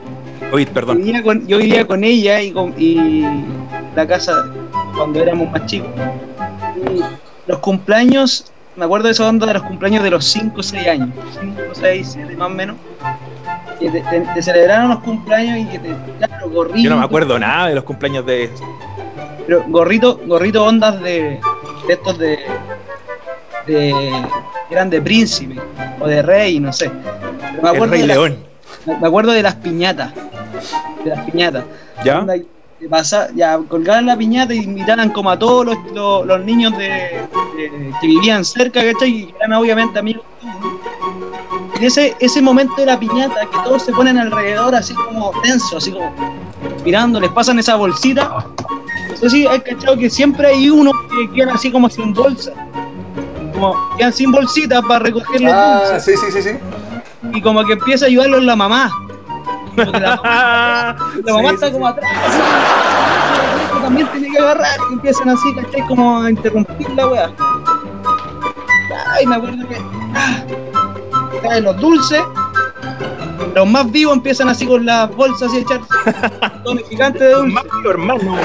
Speaker 2: Oye,
Speaker 3: Yo
Speaker 2: perdón.
Speaker 3: vivía con, yo vivía con ella y, con, y la casa cuando éramos más chicos. Y los cumpleaños, me acuerdo de esa onda de los cumpleaños de los 5 o 6 años. 5, 6, 7 más o menos. Que te, te- te celebraron los cumpleaños y que te claro, gorrito.
Speaker 2: Yo no me acuerdo nada de los cumpleaños de.
Speaker 3: Pero gorrito, gorrito ondas de, de estos de, de. eran de príncipe o de rey, no sé. Pero me
Speaker 2: El
Speaker 3: acuerdo,
Speaker 2: Rey
Speaker 3: de la-
Speaker 2: León.
Speaker 3: me acuerdo de las piñatas. De las piñatas.
Speaker 1: ¿Ah?
Speaker 2: ¿Ya?
Speaker 3: Onda, que pasa- ya colgaban la piñata y invitaban como a todos los, los- los niños de, de- que vivían cerca, ¿cachai? Y eran obviamente amigos. Y ese, ese momento de la piñata, que todos se ponen alrededor así como tenso, así como mirando, les pasan esa bolsita. No sé si hay cachado que siempre hay uno que quedan así como sin bolsa. Como quedan sin bolsita para recoger los
Speaker 1: Ah,
Speaker 3: dulces.
Speaker 1: sí, sí, sí, sí.
Speaker 3: Y como que empieza a ayudarlos la mamá. Como que la mamá la mamá
Speaker 2: Sí,
Speaker 3: está
Speaker 2: sí,
Speaker 3: como atrás. así, que También tiene que agarrar. Y empiezan así, ¿cachai? Como a interrumpir la weá. Ay, me acuerdo que. ah, caen los dulces. Los más vivos empiezan así con las bolsas y echar montones gigantes de
Speaker 2: sí.
Speaker 3: dulces.
Speaker 2: Mario, hermano.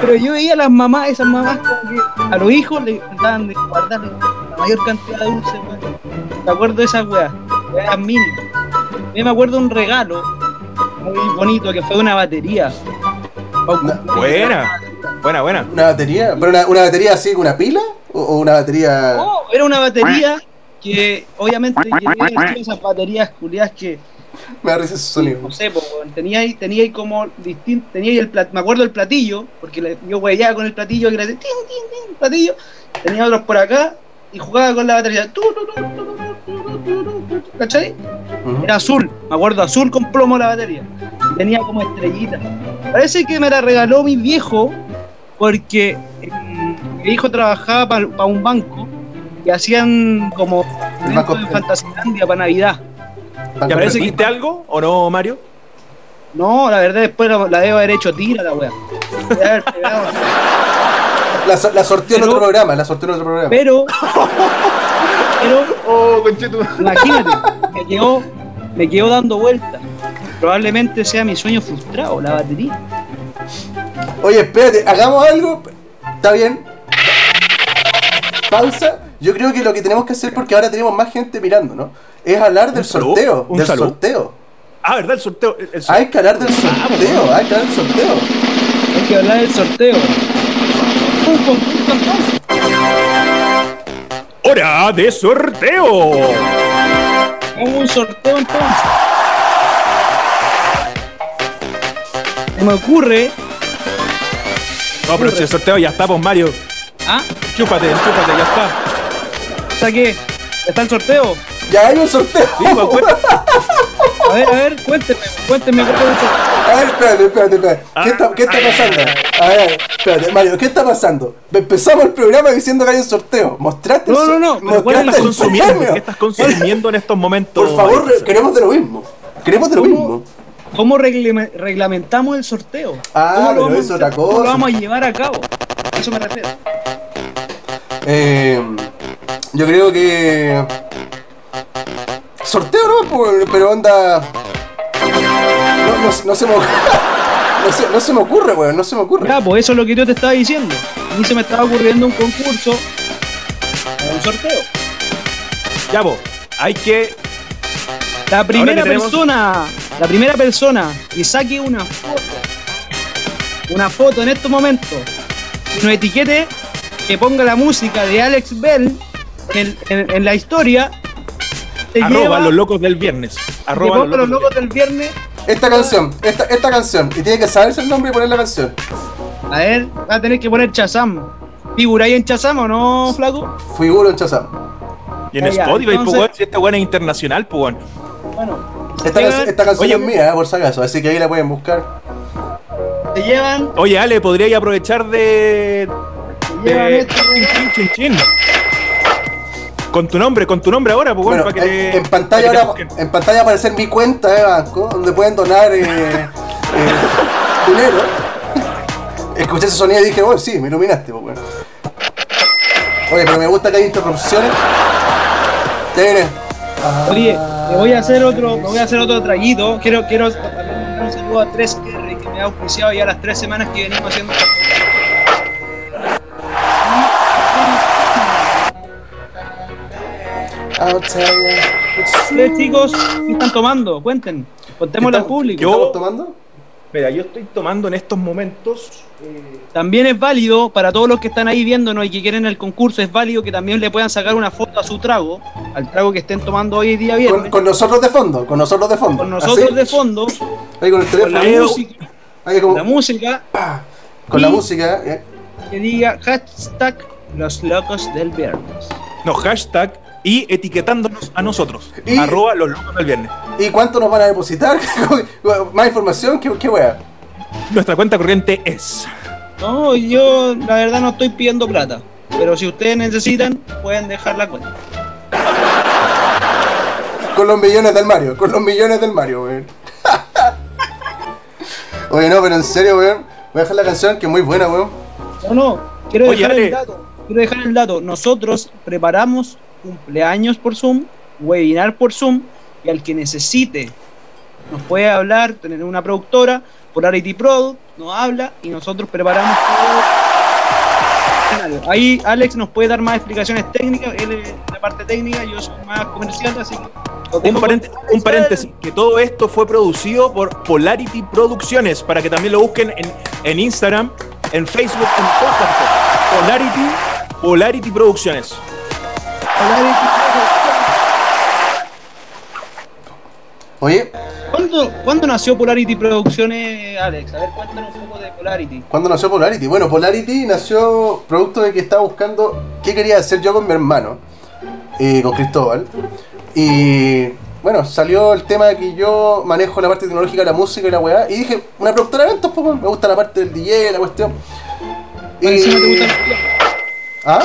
Speaker 3: Pero yo veía a las mamás, esas mamás como que a los hijos le trataban de guardar la mayor cantidad de dulces, weón. Me acuerdo de esas weas, weas mínimas. Yo me acuerdo de un regalo muy bonito que fue una batería. Pa' un
Speaker 1: No,
Speaker 3: cumpleaños.
Speaker 2: buena. Buena, buena.
Speaker 1: ¿Una batería? ¿Pero una, una batería así, una pila? ¿O, o una batería...?
Speaker 3: No, Oh, era una batería que obviamente yo tenía que decir esas baterías culiadas que
Speaker 1: Me da risa ese sonido.
Speaker 3: no sé, po, weón. tenía ahí, tenía ahí como distinto, tenía ahí el plat- me acuerdo el platillo, porque le- yo huellaba con el platillo que le hacía tin, tin, tin, platillo, tenía otros por acá y jugaba con la batería. Tu, tu, tu, tu, tu, tu, tu, tu, tu, tu, ¿Cachai?
Speaker 1: Ujú.
Speaker 3: Era azul, me acuerdo, azul con plomo la batería. Tenía como estrellita. Parece que me la regaló mi viejo porque eh, mi viejo trabajaba para un banco y hacían como
Speaker 1: El banco-
Speaker 3: eventos de Fantasylandia para Navidad.
Speaker 2: ¿Ya
Speaker 1: Banco Perú.
Speaker 2: parece que hiciste algo o no, Mario?
Speaker 3: No, la verdad después la, la debo haber hecho tira la weá. Debe haber pegado.
Speaker 1: La, so- la sorteó en
Speaker 3: Perú.
Speaker 1: otro programa, la sorteó en otro programa.
Speaker 3: Pero, pero
Speaker 2: Oh, conchito.
Speaker 3: imagínate, me quedó, me quedó dando vueltas. Probablemente sea mi sueño frustrado, la batería.
Speaker 1: Oye, espérate, hagamos algo. ¿Está bien? Pausa. Yo creo que lo que tenemos que hacer, porque ahora tenemos más gente mirando, ¿no? Es hablar del
Speaker 2: saludo?
Speaker 1: sorteo.
Speaker 2: ¿Un
Speaker 1: Del
Speaker 2: saludo?
Speaker 1: sorteo.
Speaker 2: Ah, ¿verdad? El sorteo. el- el sorteo.
Speaker 1: Hay que hablar del sorteo, hay que hablar del sorteo.
Speaker 3: Hay que hablar del sorteo. Un concurso entonces.
Speaker 2: ¡Hora de sorteo!
Speaker 3: Hagamos un sorteo entonces. Se me ocurre.
Speaker 2: No, pero si el sorteo ya está, pues Mario.
Speaker 3: Ah,
Speaker 2: Chúpate, chúpate, ya está.
Speaker 3: ¿está qué? ¿Está el sorteo?
Speaker 1: Ya hay un sorteo.
Speaker 2: Sí, pues, bueno.
Speaker 3: A ver, a ver, cuénteme, cuénteme cuál es el sorteo.
Speaker 1: A ver, espérate, espérate, espérate.
Speaker 3: Ah.
Speaker 1: ¿Qué está, qué está pasando? A ver, espérate, Mario, ¿qué está pasando? Empezamos el programa diciendo que hay un sorteo. ¿Mostraste el
Speaker 3: No, no,
Speaker 1: sor-
Speaker 3: no, pero ¿cuál
Speaker 2: ¿Qué
Speaker 1: mostraste
Speaker 2: estás
Speaker 1: el
Speaker 2: consumiendo?
Speaker 1: premio?
Speaker 2: ¿Qué estás consumiendo en estos momentos?
Speaker 1: Por favor,
Speaker 2: Mario?
Speaker 1: queremos de lo mismo. Queremos de lo
Speaker 3: ¿Cómo?
Speaker 1: mismo.
Speaker 3: ¿Cómo reglame- reglamentamos el sorteo?
Speaker 1: Ah,
Speaker 3: ¿Cómo
Speaker 1: pero
Speaker 3: vamos a
Speaker 1: es
Speaker 3: hacer?
Speaker 1: otra
Speaker 3: ¿Cómo
Speaker 1: cosa.
Speaker 3: lo vamos a llevar a cabo? A eso me refiero.
Speaker 1: Eh, yo creo que. Sorteo, ¿no? Por- Pero onda. No, no, no se me ocurre. No se, no se me ocurre, weón. No se me ocurre.
Speaker 3: Ya, pues eso es lo que yo te estaba diciendo. A mí se me estaba ocurriendo un concurso para un sorteo.
Speaker 2: Ya, pues. Hay que.
Speaker 3: La primera
Speaker 2: que tenemos-
Speaker 3: persona, la primera persona que saque una foto, una foto en estos momentos, y nos etiquete, que ponga la música de Alex Bell en, en- en la historia, te
Speaker 2: Arroba
Speaker 3: lleva,
Speaker 2: los locos del viernes.
Speaker 3: te
Speaker 2: Arroba
Speaker 3: ponga
Speaker 2: los locos del
Speaker 3: del viernes.
Speaker 1: Esta canción, esta, esta canción. Y tiene que saberse el nombre y poner la canción.
Speaker 3: A ver, va a tener que poner Chazam. ¿Figuráis en Chazam o no, flaco?
Speaker 1: Figuro en Chazam.
Speaker 2: Y en
Speaker 3: Ah, ya,
Speaker 2: Spotify, pues,
Speaker 3: entonces-
Speaker 2: weón, si esta weón es internacional, pues, weón.
Speaker 3: Bueno,
Speaker 1: Esta,
Speaker 3: Oigan,
Speaker 1: can- esta canción
Speaker 2: oye,
Speaker 1: es mía, eh, por si acaso. Así que ahí la pueden buscar.
Speaker 3: te llevan,
Speaker 2: Oye, Ale, podríais aprovechar de.
Speaker 3: te
Speaker 2: de-
Speaker 3: llevan esto,
Speaker 2: chin, chin, chin, chin. Con tu nombre, con tu nombre ahora, pues, weón,
Speaker 1: Bueno,
Speaker 2: para que
Speaker 1: en,
Speaker 2: te-
Speaker 1: en pantalla
Speaker 2: para que te
Speaker 1: ahora,
Speaker 2: busquen.
Speaker 1: en pantalla va a aparecer mi cuenta de banco, donde pueden donar eh, eh, dinero. Escuché ese sonido y dije, oh, sí, me iluminaste, pues, bueno. Oye, pero me gusta que hay interrupciones. Te viene.
Speaker 3: Oye, me voy a hacer otro, me voy a hacer otro traguito. Quiero, quiero también mandar un saludo a 3R que me ha auspiciado ya las tres semanas que venimos haciendo.
Speaker 1: I'll tell Ah, ya.
Speaker 3: Ustedes chicos, ¿qué están tomando? Cuenten, contémoslo al
Speaker 1: ¿Estamos-
Speaker 3: público.
Speaker 2: Yo-
Speaker 1: ¿Estamos tomando?
Speaker 2: Mira, yo estoy tomando en estos momentos. eh,
Speaker 3: También es válido para todos los que están ahí viéndonos y que quieren el concurso, es válido que también le puedan sacar una foto a su trago, al trago que estén tomando hoy día
Speaker 1: Con,
Speaker 3: viernes, con,
Speaker 1: con nosotros de fondo, con nosotros de fondo.
Speaker 3: nosotros
Speaker 1: Así,
Speaker 3: de fondo,
Speaker 1: Ahí con el
Speaker 3: con
Speaker 1: teléfono.
Speaker 3: la
Speaker 1: ahí como-
Speaker 3: música,
Speaker 1: ahí como-
Speaker 3: la música
Speaker 1: con la
Speaker 3: y-
Speaker 1: música. eh.
Speaker 3: que diga hashtag los locos del viernes.
Speaker 2: no, hashtag y etiquetándonos a nosotros.
Speaker 1: Y-
Speaker 2: Arroba los locos del viernes.
Speaker 1: ¿Y cuánto nos van a depositar? Más información, qué, qué wea.
Speaker 2: Nuestra cuenta corriente es.
Speaker 3: No, yo la verdad no estoy pidiendo plata, pero si ustedes necesitan, pueden dejar la cuenta.
Speaker 1: Con los millones del Mario, con los millones del Mario, weón. Oye, no, pero en serio, weón. Voy a dejar la canción que es muy buena, weón.
Speaker 3: No, no, quiero
Speaker 2: Oye,
Speaker 3: dejar
Speaker 2: Ale.
Speaker 3: el dato. Quiero dejar el dato. Nosotros preparamos cumpleaños por Zoom, webinar por Zoom, y al que necesite nos puede hablar, tener una productora, Polarity Product, nos habla y nosotros preparamos todo. Ahí Alex nos puede dar más explicaciones técnicas, él es la parte técnica, yo soy más comercial, así que... lo
Speaker 2: Un,
Speaker 3: dejo
Speaker 2: parente-
Speaker 3: con-
Speaker 2: un paréntesis, que todo esto fue producido por Polarity Producciones, para que también lo busquen en, en Instagram, en Facebook, en podcast. Polarity, Polarity Producciones.
Speaker 1: Oye,
Speaker 3: ¿Cuándo, cuándo nació Polarity Producciones, Alex? A ver, cuéntanos un poco de Polarity.
Speaker 1: ¿cuándo nació Polarity? Bueno, Polarity nació producto de que estaba buscando qué quería hacer yo con mi hermano, eh, con Cristóbal. Y bueno, salió el tema de que yo manejo la parte tecnológica de la música y la weá. Y dije, una productora de eventos, pues, weón. me gusta la parte del DJ, la cuestión.
Speaker 3: Por encima te gustan los viernes.
Speaker 1: ¿Ah?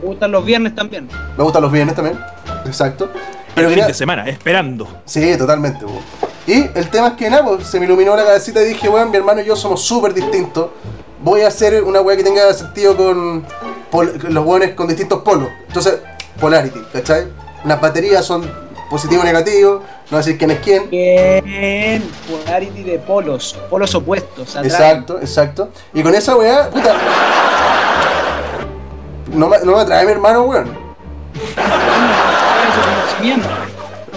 Speaker 3: Te gustan los viernes también.
Speaker 1: Me gustan los viernes también. Exacto.
Speaker 2: el fin
Speaker 1: quería-
Speaker 2: de semana, esperando.
Speaker 1: Sí, totalmente, weón. Y el tema es que nada, pues, se me iluminó la cabecita y dije, weón, mi hermano y yo somos súper distintos. Voy a hacer una weá que tenga sentido con pol- con los weones con distintos polos. Entonces, polarity, ¿cachai? Las baterías son positivo y negativo, no decir quién es quién.
Speaker 3: Bien, Polarity de polos, polos opuestos. se atraen.
Speaker 1: Exacto, exacto. Y con esa weá, puta. No me, no me atrae mi hermano, weón.
Speaker 3: Atraen su conocimiento.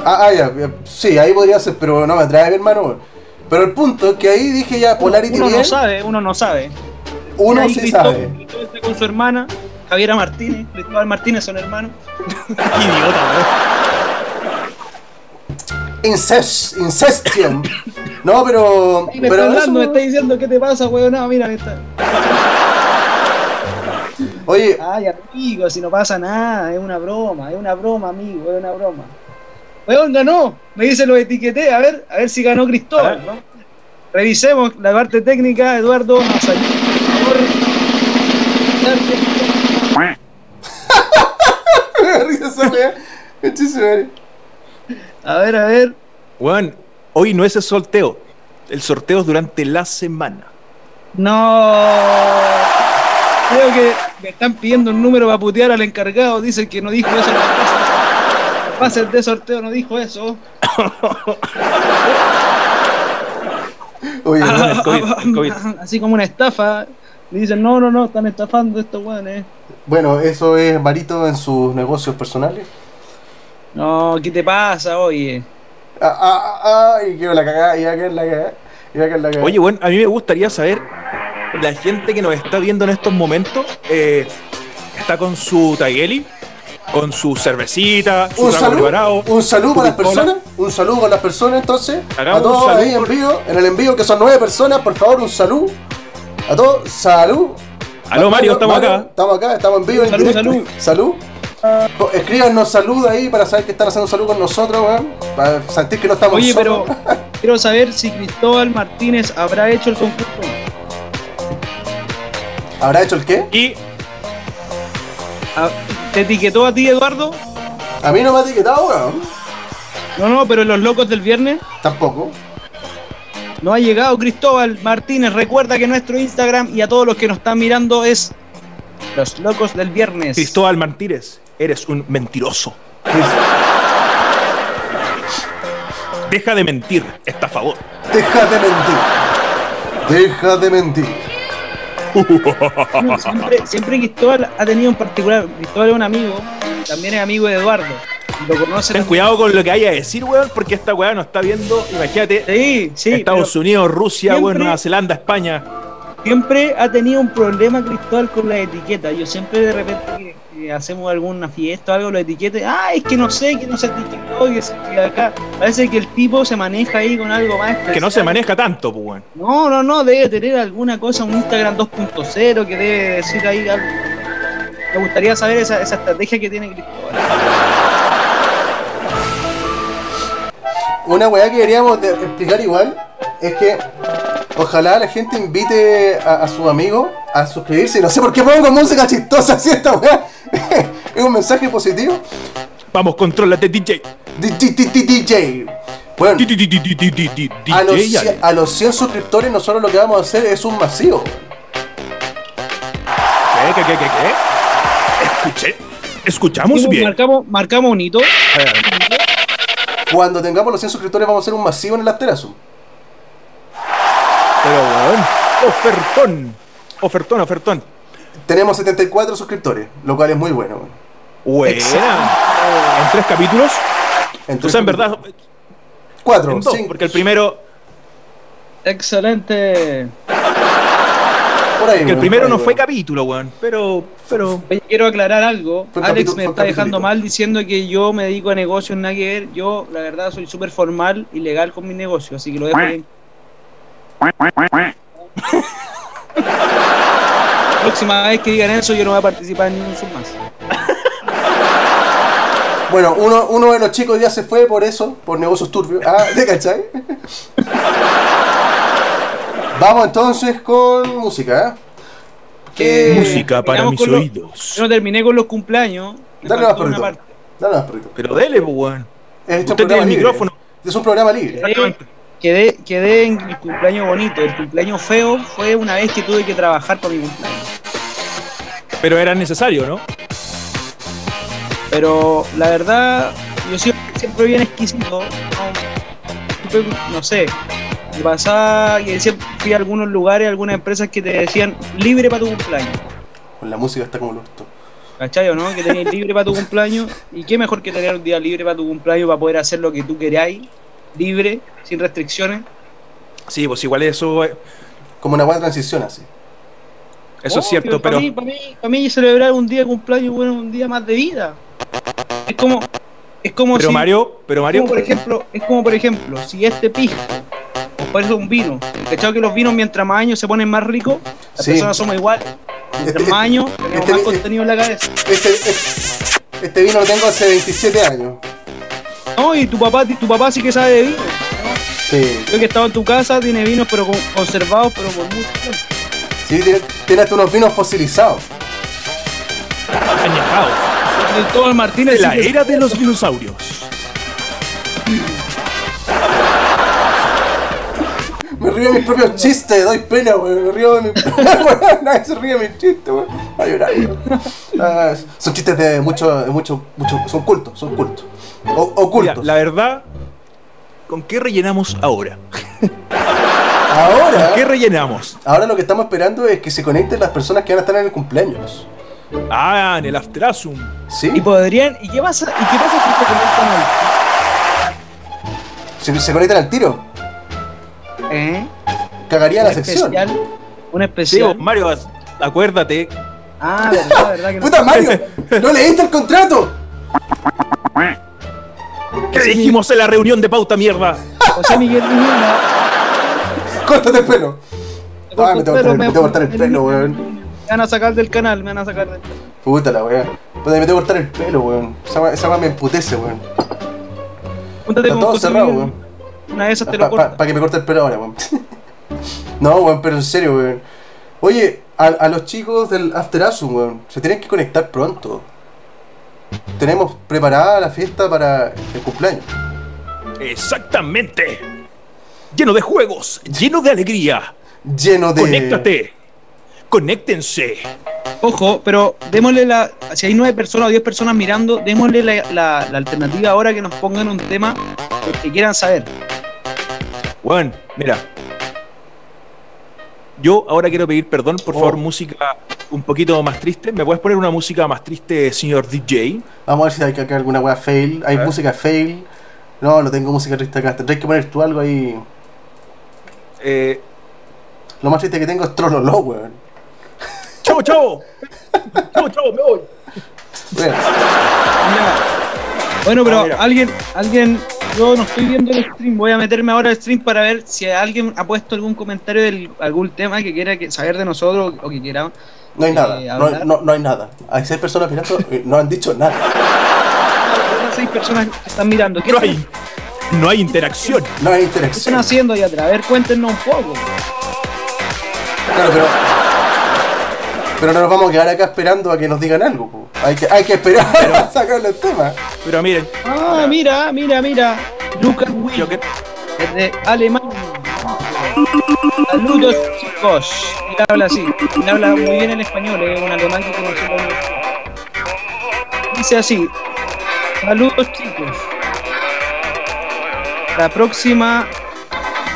Speaker 1: Ah, ah, ya, eh, sí, ahí podría ser, pero no me atrae mi hermano, weón. Pero el punto es que ahí dije ya Polarity
Speaker 3: Uno no
Speaker 1: bien,
Speaker 3: sabe, uno no sabe.
Speaker 1: uno
Speaker 3: Ahí
Speaker 1: sí
Speaker 3: Cristóbal-
Speaker 1: sabe.
Speaker 3: Cristóbal está con su hermana, Javiera Martínez, Cristóbal Martínez son hermanos.
Speaker 2: Qué idiota,
Speaker 1: Incest, incestion. No, pero.
Speaker 3: Ahí me
Speaker 1: pero
Speaker 3: está hablando, me
Speaker 1: eso-
Speaker 3: está diciendo qué te pasa, weón. No, mira, me está.
Speaker 1: Oye,
Speaker 3: Ay, amigo, si no pasa nada, es una broma, es una broma, amigo, es una broma. Weón ganó, me dice lo etiqueté, a ver, a ver si ganó
Speaker 2: A
Speaker 3: Cristóbal,
Speaker 2: ver.
Speaker 3: ¿no? Revisemos la parte técnica, Eduardo nos ayuda, por favor.
Speaker 1: me da risa esa weá. Conchísimo, madre.
Speaker 3: A ver, a ver.
Speaker 2: weón. Weón, hoy no es el sorteo. El sorteo es durante la semana.
Speaker 3: No. Creo que me están pidiendo un número para putear al encargado, dicen que no dijo eso en las bases. Las bases de sorteo no dijo eso.
Speaker 1: Oye,
Speaker 2: Ah. el COVID, el COVID.
Speaker 3: Así como una estafa. Le dicen, no, no, no, están estafando estos weones.
Speaker 1: bueno, eso es Marito en sus negocios personales.
Speaker 3: No, ¿qué te pasa, oye?
Speaker 1: Ah, ah, ah, ah, y quiero la cagada, y va a quedar la cagada, y va a quedar la cagada.
Speaker 2: Oye, bueno, a mí me gustaría saber la gente que nos está viendo en estos momentos, eh, está con su Taieli, con su cervecita, su
Speaker 1: Un
Speaker 2: trago
Speaker 1: saludo,
Speaker 2: preparado.
Speaker 1: un saludo
Speaker 2: su
Speaker 1: para las
Speaker 2: piscola.
Speaker 1: personas, un saludo con las personas entonces,
Speaker 2: Hagamos
Speaker 1: a
Speaker 2: un
Speaker 1: todos
Speaker 2: saludo
Speaker 1: ahí en
Speaker 2: por-
Speaker 1: vivo, en el envío que son nueve personas, por favor un saludo, a todos, salud.
Speaker 2: Aló, Mario, estamos acá.
Speaker 1: Estamos acá, estamos en vivo, en
Speaker 3: Salud,
Speaker 1: directo. Salud. Po- Escríbanos salud ahí para saber que están haciendo salud con nosotros, weón. Para sentir que no estamos
Speaker 3: Oye, pero
Speaker 1: solos.
Speaker 3: quiero saber si Cristóbal Martínez habrá hecho el concurso.
Speaker 1: ¿Habrá hecho el qué?
Speaker 2: Y
Speaker 3: Ah, ¿Te etiquetó a ti, Eduardo?
Speaker 1: A mí no me ha etiquetado, weón.
Speaker 3: No, no, pero en los locos del viernes
Speaker 1: Tampoco.
Speaker 3: no ha llegado Cristóbal Martínez. Recuerda que nuestro Instagram y a todos los que nos están mirando es los locos del viernes.
Speaker 2: Cristóbal Martínez, eres un mentiroso. Deja de mentir, está a favor.
Speaker 1: Deja de mentir. Deja de mentir.
Speaker 3: No, siempre, siempre Cristóbal ha tenido un particular. Cristóbal es un amigo, también es amigo de Eduardo. Lo conoce
Speaker 2: Ten cuidado con lo que haya a decir, weón, porque esta weá no está viendo, imagínate,
Speaker 3: Sí, sí.
Speaker 2: Estados Unidos, Rusia,
Speaker 3: siempre-
Speaker 2: weón, Nueva Zelanda, España.
Speaker 3: pero Siempre ha tenido un problema Cristóbal con la etiqueta. Yo siempre de repente que- que hacemos alguna fiesta o algo, lo etiquete. Ah, es que no sé, que no se etiquetó, que se que acá. Parece que el tipo se maneja ahí con algo más.
Speaker 2: Que no se
Speaker 3: especial.
Speaker 2: maneja tanto, pues, weón.
Speaker 3: No, no, no, debe tener alguna cosa, un Instagram 2.0 que debe decir ahí algo. Me gustaría saber esa, esa estrategia que tiene Cristóbal.
Speaker 1: Una weá que deberíamos de- explicar igual es que ojalá la gente invite a, a su amigo a suscribirse. No sé por qué pongo música chistosa así esta weá. es un mensaje positivo.
Speaker 2: Vamos, controlate, DJ.
Speaker 1: Di- di- di- di- DJ. Bueno,
Speaker 2: Di- di- di- di- di- di- di- di-
Speaker 1: a los,
Speaker 2: DJ,
Speaker 1: cien- a los 100 suscriptores nosotros lo que vamos a hacer es un masivo.
Speaker 2: ¿Qué, qué, qué, qué, qué? Escuché. Escuchamos
Speaker 3: Tipo,
Speaker 2: bien. Eh,
Speaker 3: Marcamos, marcamos un hito.
Speaker 2: A ver,
Speaker 1: Cuando tengamos los 100 suscriptores vamos a hacer un masivo en el After Asum.
Speaker 2: Pero, weón, ofertón. Ofertón, ofertón.
Speaker 1: Tenemos 74 suscriptores, lo cual es muy bueno. weón.
Speaker 2: Buena. En tres capítulos. O
Speaker 1: Entonces,
Speaker 2: sea, en verdad, en
Speaker 1: 4,
Speaker 2: dos,
Speaker 1: 5,
Speaker 2: porque el primero,
Speaker 3: Excelente.
Speaker 1: por ahí.
Speaker 2: que el
Speaker 1: weón,
Speaker 2: primero
Speaker 1: por ahí,
Speaker 2: no fue
Speaker 1: weón.
Speaker 2: capítulo, weón. Pero, pero.
Speaker 3: Oye, quiero aclarar algo.
Speaker 1: Fue un
Speaker 3: Alex
Speaker 1: capítulo-
Speaker 3: me
Speaker 1: fue un
Speaker 3: está dejando
Speaker 1: capitulito.
Speaker 3: mal diciendo que yo me dedico a negocios, nada que ver. Yo, la verdad, soy súper formal y legal con mi negocio, así que lo dejo bien. Próxima vez que digan eso, yo no voy a participar en ningún Zoom más.
Speaker 1: Bueno, uno, uno de los chicos ya se fue por eso, por negocios turbios. Ah, ¿te cachai? Vamos entonces con música, ¿eh?
Speaker 3: Que-
Speaker 2: Música para
Speaker 3: terminamos
Speaker 2: mis
Speaker 3: Eh, con lo-
Speaker 2: oídos.
Speaker 3: Yo no terminé con los cumpleaños. me
Speaker 1: Dale
Speaker 3: faltó
Speaker 1: más,
Speaker 3: una
Speaker 1: perrito.
Speaker 3: parte.
Speaker 1: Dale más, perrito.
Speaker 2: Pero dele, pues, weón.
Speaker 1: Este es un
Speaker 2: Usted tiene
Speaker 1: programa
Speaker 2: el
Speaker 1: libre.
Speaker 2: micrófono.
Speaker 1: Es un programa libre.
Speaker 3: Quedé,
Speaker 2: Exactamente.
Speaker 3: quedé, quedé en el cumpleaños bonito. El cumpleaños feo fue una vez que tuve que trabajar para mi cumpleaños.
Speaker 2: Pero era necesario, ¿no?
Speaker 3: Pero la verdad, yo siempre, siempre bien exquisito. No, Siempre, no sé. Me pasaba que siempre fui a algunos lugares, a algunas empresas que te decían libre para tu cumpleaños.
Speaker 1: Con la música está como el orto.
Speaker 3: ¿Cachai o no? Que tenías libre para tu cumpleaños. Y qué mejor que tener un día libre para tu cumpleaños para poder hacer lo que tú queráis, libre, sin restricciones.
Speaker 2: Sí, pues igual eso, eh,
Speaker 1: Como una buena transición así.
Speaker 2: eso es
Speaker 3: Obvio,
Speaker 2: cierto,
Speaker 3: Oh, para
Speaker 2: pero.
Speaker 3: Mí, para, mí, para mí celebrar un día de cumpleaños, bueno, un día más de vida. Es como. Es como
Speaker 2: Pero
Speaker 3: si-
Speaker 2: Mario, pero
Speaker 3: es
Speaker 2: Mario.
Speaker 3: como, por ejemplo, es como por ejemplo, si este pijo ofrece un vino, ¿cachado que los vinos mientras más años se ponen más ricos? Las
Speaker 1: Sí.
Speaker 3: personas somos igual, mientras más años tenemos
Speaker 1: este-
Speaker 3: más contenido en la cabeza.
Speaker 1: Este, este, este vino lo tengo hace 27 años.
Speaker 3: No, y tu papá, tu papá sí que sabe de vino.
Speaker 1: Sí.
Speaker 3: Yo que he estado en tu casa, tiene vinos pero con- conservados, pero por mucho tiempo.
Speaker 1: Sí, tiene- tiene hasta unos vinos fosilizados.
Speaker 2: Añejado.
Speaker 3: Cristóbal Martínez
Speaker 2: La
Speaker 3: sí que-
Speaker 2: era de los dinosaurios.
Speaker 1: Me río de mis propios chistes, doy pena, güey. Me río de mi. Weón, Nadie se ríe de mis chistes, güey. A llorar, weón. Ah, Son chistes de mucho, de mucho, mucho. Son cultos, son cultos. O-
Speaker 2: Mira,
Speaker 1: ocultos.
Speaker 2: la verdad, ¿con qué rellenamos ahora?
Speaker 1: Ahora,
Speaker 2: ¿Qué rellenamos?
Speaker 1: ahora lo que estamos esperando es que se conecten las personas que van a estar en el cumpleaños.
Speaker 2: Ah, en el Afterasum.
Speaker 1: ¿Sí?
Speaker 3: Y podrían. ¿Y qué pasa? ¿Y qué pasa si te conectan hoy?
Speaker 1: Se, se conectan al tiro.
Speaker 3: ¿Eh?
Speaker 1: Cagaría
Speaker 3: Un
Speaker 1: Eh, la sección.
Speaker 3: especial. Un
Speaker 2: Sí,
Speaker 3: especial.
Speaker 2: Mario, acuérdate
Speaker 5: Ah, verdad, verdad que no.
Speaker 1: ¡Puta Mario! ¡No leíste el contrato!
Speaker 2: ¿Qué dijimos en la reunión de pauta mierda?
Speaker 5: José Miguel Viñuela.
Speaker 1: ¡Córtate el pelo! Ah, me Ah, tengo que cortar el- me
Speaker 3: Me
Speaker 1: tengo que cortar el pelo, weón.
Speaker 3: Me van a sacar del canal, me van a sacar del
Speaker 1: Puta la weá. Puta, me tengo que cortar el pelo, weón. Esa weá- Esa weá me emputece, weón.
Speaker 3: Júntate
Speaker 1: Está
Speaker 3: con
Speaker 1: todo
Speaker 3: José
Speaker 1: cerrado,
Speaker 3: Miguel.
Speaker 1: weón. Ah,
Speaker 3: Una de esas te lo
Speaker 1: Para
Speaker 3: corta.
Speaker 1: que me corte el pelo ahora, weón. no, weón, pero en serio, weón. Oye, a, a los chicos del After Asum, weón, se tienen que conectar pronto. Tenemos preparada la fiesta para el cumpleaños.
Speaker 2: Exactamente. Lleno de juegos, lleno de alegría.
Speaker 1: Lleno de.
Speaker 2: Conéctate. Conéctense.
Speaker 3: Ojo, pero démosle la. Si hay nueve personas o diez personas mirando, démosle la, la- la alternativa ahora que nos pongan un tema que- que quieran saber.
Speaker 2: Weón, mira. Yo ahora quiero pedir perdón, por
Speaker 1: Oh.
Speaker 2: favor, música un poquito más triste. ¿Me puedes poner una música más triste, señor DJ?
Speaker 1: Vamos a ver si hay que- acá alguna weá fail. Hay
Speaker 2: A ver.
Speaker 1: música fail. No, no tengo música triste acá. Tendrás que poner tú algo ahí.
Speaker 2: Eh,
Speaker 1: Lo más triste que tengo es Trololó, weón.
Speaker 2: chao, chao. chao, chao, me voy.
Speaker 1: Weón.
Speaker 3: Bueno, pero
Speaker 2: Ah, mira.
Speaker 3: alguien, alguien, yo no estoy viendo el stream, voy a meterme ahora al stream para ver si alguien ha puesto algún comentario de algún tema que quiera que- saber de nosotros o que quiera.
Speaker 1: No hay
Speaker 3: Eh,
Speaker 1: nada. No hay,
Speaker 3: hablar.
Speaker 1: no- no hay nada. Hay seis personas mirando y no han dicho nada.
Speaker 3: Las seis personas que están mirando, ¿qué,
Speaker 2: No hay, no hay interacción.
Speaker 1: No hay
Speaker 3: qué están
Speaker 1: interacción.
Speaker 3: haciendo ahí atrás? A ver, cuéntenos un poco.
Speaker 1: Claro, pero. Pero no nos vamos a quedar acá esperando a que nos digan algo. po. Hay que, hay que esperar a sacar los temas.
Speaker 2: Pero miren,
Speaker 3: Ah, mira, mira, mira. Lucas Will,
Speaker 2: yo que-
Speaker 3: desde Alemania. Saludos, chicos. Él habla así, él habla muy bien el español, es un alemán que conocí en la universidad. Dice así: Saludos, chicos. La próxima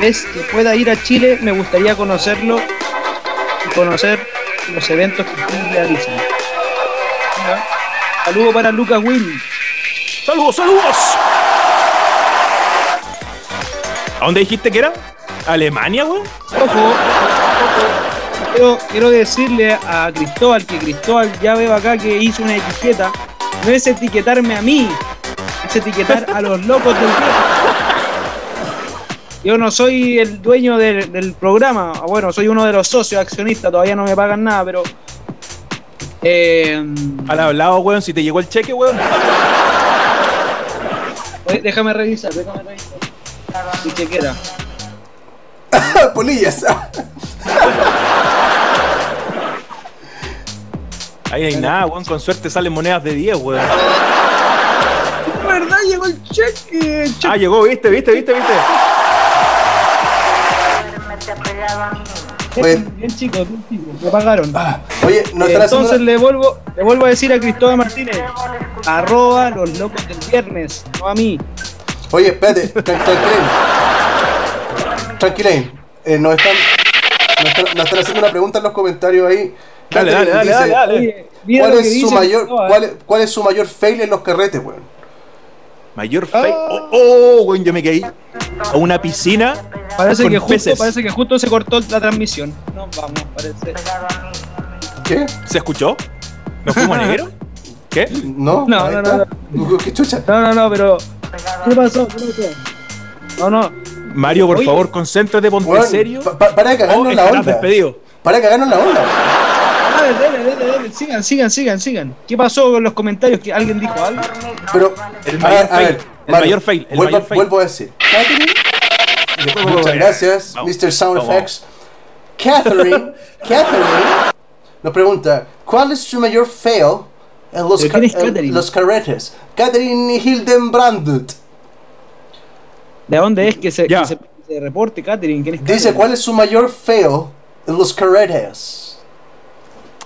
Speaker 3: vez que pueda ir a Chile, me gustaría conocerlo y conocer los eventos que ustedes realizan. Mira. Saludo para Lucas Will.
Speaker 2: ¡Saludos, saludos! ¿A dónde dijiste que era? ¿Alemania, weón?
Speaker 3: Ojo, quiero, quiero decirle a Cristóbal que Cristóbal ya veo acá que hizo una etiqueta. No es etiquetarme a mí, es etiquetar a los locos del tiempo. Yo no soy el dueño del, del programa, Ah, bueno, soy uno de los socios accionistas, todavía no me pagan nada, pero. eh,
Speaker 2: Al hablado, weón, si te llegó el cheque, weón.
Speaker 3: oye, eh, déjame revisar, déjame revisar. Mi chequera.
Speaker 1: Ah, Polillas.
Speaker 2: Ahí no hay nada, weón. Con suerte salen monedas de 10, weón.
Speaker 3: ¿Verdad? Llegó el cheque.
Speaker 2: Ah, llegó, viste, viste, viste, viste.
Speaker 1: Oye.
Speaker 3: Bien chicos, bien chicos, me pagaron.
Speaker 1: Ah, Oye, no están haciendo.
Speaker 3: Entonces le vuelvo, le vuelvo a decir a Cristóbal Martínez, arroba los locos del viernes, no a mí.
Speaker 1: Oye, espérate, tran- tranquilen. Tranquilen. Eh, nos, están, nos, están, nos están haciendo una pregunta en los comentarios ahí.
Speaker 2: Dale, dale, dale,
Speaker 1: Dice,
Speaker 2: dale, dale.
Speaker 3: Oye, mira
Speaker 1: ¿Cuál
Speaker 3: lo que
Speaker 1: es, su
Speaker 3: dice
Speaker 1: mayor,
Speaker 3: Cristóbal. ¿eh?
Speaker 1: cuál, es- cuál es su mayor fail en los carretes, weón?
Speaker 2: Mayor fe.
Speaker 1: Ah.
Speaker 2: Oh, oh, weón, yo me caí a una piscina.
Speaker 3: Parece
Speaker 2: con
Speaker 3: que, justo,
Speaker 2: peces.
Speaker 3: parece que justo se cortó la transmisión. No, vamos, parece.
Speaker 1: ¿Qué?
Speaker 2: ¿Se escuchó? ¿Nos fuimos a negro? ¿Qué?
Speaker 1: ¿No?
Speaker 3: No,
Speaker 1: Ahí
Speaker 3: no,
Speaker 1: está.
Speaker 3: no,
Speaker 1: ¿Qué chucha?
Speaker 3: No, no, no, pero... ¿Qué pasó? ¿Qué pasó? No, no.
Speaker 2: Mario, por
Speaker 3: Oye.
Speaker 2: favor, concéntrate, ponte
Speaker 1: Weón,
Speaker 2: serio.
Speaker 1: pa- pa- para de
Speaker 2: Oh,
Speaker 1: cagarnos la
Speaker 2: estarás
Speaker 1: onda.
Speaker 2: despedido.
Speaker 1: Para de cagarnos la onda.
Speaker 3: A ver, dale, dale, dale, sigan, sigan, sigan, sigan. ¿Qué pasó con los comentarios? ¿Que ¿Alguien dijo algo?
Speaker 1: Pero,
Speaker 2: El mayor fail, el mayor fail, el
Speaker 1: vuelvo,
Speaker 2: mayor fail.
Speaker 1: vuelvo a decir. Catherine, muchas
Speaker 2: Vamos.
Speaker 1: gracias, Mr. Sound
Speaker 2: Vamos.
Speaker 1: Effects. Catherine, Catherine nos pregunta, ¿cuál es su mayor fail en los,
Speaker 3: ¿Pero
Speaker 1: ca-
Speaker 3: quién es
Speaker 1: en
Speaker 3: Catherine?
Speaker 1: los carretes? Catherine Hildenbrandt
Speaker 3: ¿De dónde es que se,
Speaker 2: Ya.
Speaker 3: que se- se reporte, Catherine? ¿Quién es
Speaker 1: dice,
Speaker 3: Catherine?
Speaker 1: ¿cuál es su mayor fail en los carretes?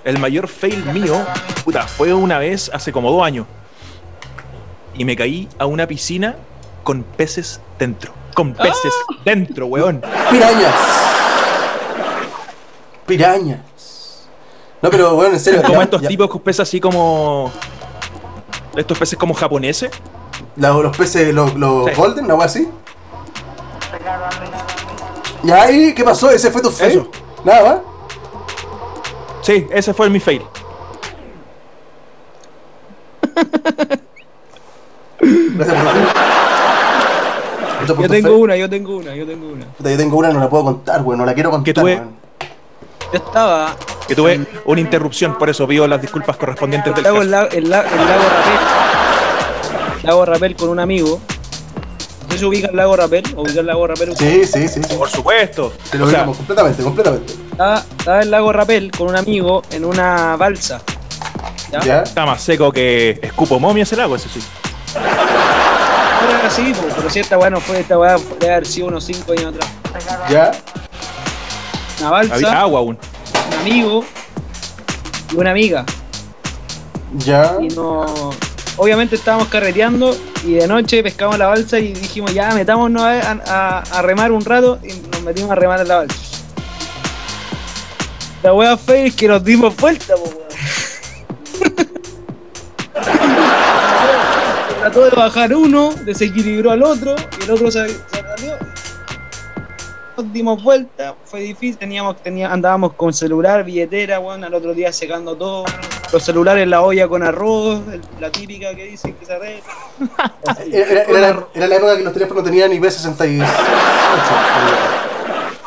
Speaker 2: El mayor fail mío, puta, fue una vez hace como dos años. Y me caí a una piscina con peces dentro. Con peces
Speaker 1: Ah.
Speaker 2: dentro, weón.
Speaker 1: Pirañas. Pirañas. No, pero bueno, en serio.
Speaker 2: Como
Speaker 1: ya-
Speaker 2: estos
Speaker 1: ya-
Speaker 2: tipos con peces así como. Estos peces como japoneses.
Speaker 1: La- los peces, los, los
Speaker 2: Sí.
Speaker 1: golden, una wea así. ¿Y
Speaker 3: ¿Eh?
Speaker 1: ahí qué pasó? ¿Ese fue tu fail?
Speaker 2: Eso.
Speaker 1: Nada más.
Speaker 2: Sí, ese fue mi fail.
Speaker 1: Gracias por tu fe. Gracias por
Speaker 3: Yo
Speaker 1: tu
Speaker 3: tengo
Speaker 1: fe.
Speaker 3: una, yo tengo una, yo tengo una.
Speaker 1: Puta, yo tengo una, no la puedo contar, weón. No la quiero contar,
Speaker 2: Que tuve-
Speaker 1: weón.
Speaker 3: Yo estaba,
Speaker 2: Que
Speaker 1: Mm.
Speaker 2: tuve una interrupción, por eso pido las disculpas correspondientes del
Speaker 3: estaba en
Speaker 2: caso.
Speaker 3: la- en la- en Lago Rapel. Lago Rapel con un amigo. No sé si ubica el Lago Rapel, o ubica el Lago Rapel.
Speaker 1: Sí, sí, sí. sí.
Speaker 2: Por supuesto.
Speaker 1: Te lo
Speaker 2: O sea,
Speaker 1: digamos completamente, completamente.
Speaker 3: Estaba, estaba en Lago Rapel con un amigo en una balsa. ¿Ya?
Speaker 1: ¿Ya?
Speaker 2: está más seco que escupo momia ese lago, eso sí.
Speaker 3: No era así, po, pero si esta weá no fue, esta weá fue de haber sido unos 5 años atrás.
Speaker 1: ¿Ya?
Speaker 3: Una balsa,
Speaker 2: Había agua aún.
Speaker 3: un amigo y una amiga.
Speaker 1: ¿Ya?
Speaker 3: y no obviamente estábamos carreteando y de noche pescamos la balsa y dijimos ya metámonos a, a- a remar un rato y nos metimos a remar en la balsa la wea fea es que nos dimos vuelta po, weón. trató de bajar uno desequilibró al otro y el otro se, se salió nos dimos vuelta, fue difícil, teníamos, tenía, andábamos con celular, billetera, weón, al otro día secando todo, los celulares en la olla con arroz, el- la típica que dicen que se arregla.
Speaker 1: Era, era la, era la época que los teléfonos tenían IP68.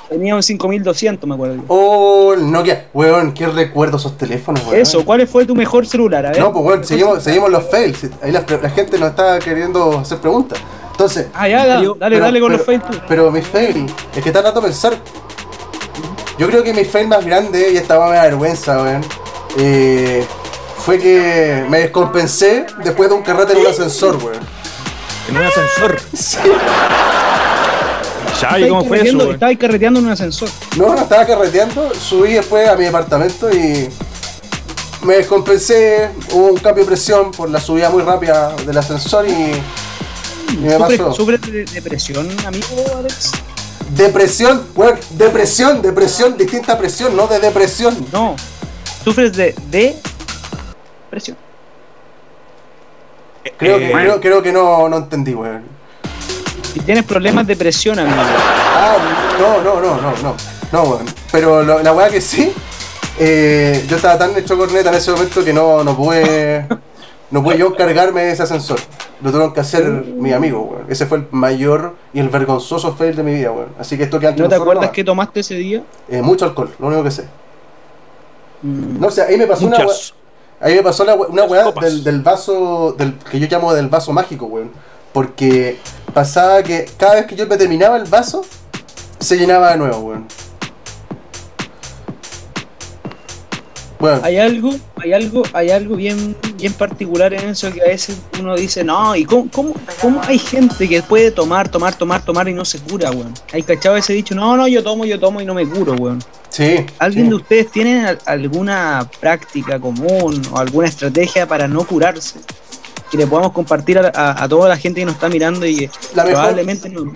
Speaker 3: Tenía un 5200, me acuerdo.
Speaker 1: Oh, el Nokia. Weón, qué recuerdo esos teléfonos, weón.
Speaker 3: Eso, ¿cuál fue tu mejor celular? A ver.
Speaker 1: No, pues bueno, seguimos, seguimos los fails. Ahí la, la gente nos está queriendo hacer preguntas. Entonces,
Speaker 3: Ah, ya, da-
Speaker 1: Yo-
Speaker 3: dale,
Speaker 1: pero-
Speaker 3: dale con
Speaker 1: pero-
Speaker 3: los Facebook.
Speaker 1: pero mi fail, es que está rato pensar. Yo creo que mi fail más grande, y esta va a dar vergüenza, weón, eh, fue que me descompensé después de un carrete en un ascensor, weón.
Speaker 2: En un ascensor. Chavi, ¿cómo fue eso? eh? weón?
Speaker 3: Estaba carreteando en un ascensor.
Speaker 1: No, no estaba carreteando, subí después a mi departamento y me descompensé, hubo un cambio de presión por la subida muy rápida del ascensor y, y me pasó.
Speaker 3: ¿Sufres sufres de depresión, amigo, Alex?
Speaker 1: Depresión, weón, depresión, depresión, distinta presión, no de depresión.
Speaker 3: No. ¿Sufres de depresión?
Speaker 1: Creo,
Speaker 2: Eh,
Speaker 1: que, creo, creo que no, no entendí, weón.
Speaker 3: Si tienes problemas de presión, amigo.
Speaker 1: Ah, no, no, no, no, no. No, weón. Pero lo- la weá que sí, eh, yo estaba tan hecho corneta en ese momento que no, no pude. No pude yo cargarme ese ascensor. Lo tuvieron que hacer mi amigo, weón. Ese fue el mayor y el vergonzoso fail de mi vida, weón. Así que esto que antes Eh,
Speaker 3: ¿No te acuerdas que tomaste ese día?
Speaker 1: mucho alcohol, lo único que sé.
Speaker 3: Mm.
Speaker 1: No, o sea, ahí me pasó una weá.
Speaker 2: Muchas.
Speaker 1: Ahí me pasó la we- una
Speaker 2: Las
Speaker 1: weá
Speaker 2: copas.
Speaker 1: del, del vaso, del, que yo llamo del vaso mágico, weón. Porque pasaba que cada vez que yo me terminaba el vaso, se llenaba de nuevo, weón. Bueno,
Speaker 3: Hay algo, hay algo, hay algo bien, bien particular en eso que a veces uno dice, no, ¿y cómo, cómo, cómo hay gente que puede tomar, tomar, tomar, tomar y no se cura, weón? Hay cachado ese dicho, no, no, yo tomo, yo tomo y no me curo, weón.
Speaker 1: sí.
Speaker 3: ¿Alguien
Speaker 1: sí.
Speaker 3: de ustedes tiene al- alguna práctica común o alguna estrategia para no curarse? Que le podamos compartir a, a- a toda la gente que nos está mirando y que
Speaker 1: La mejor-
Speaker 3: probablemente no.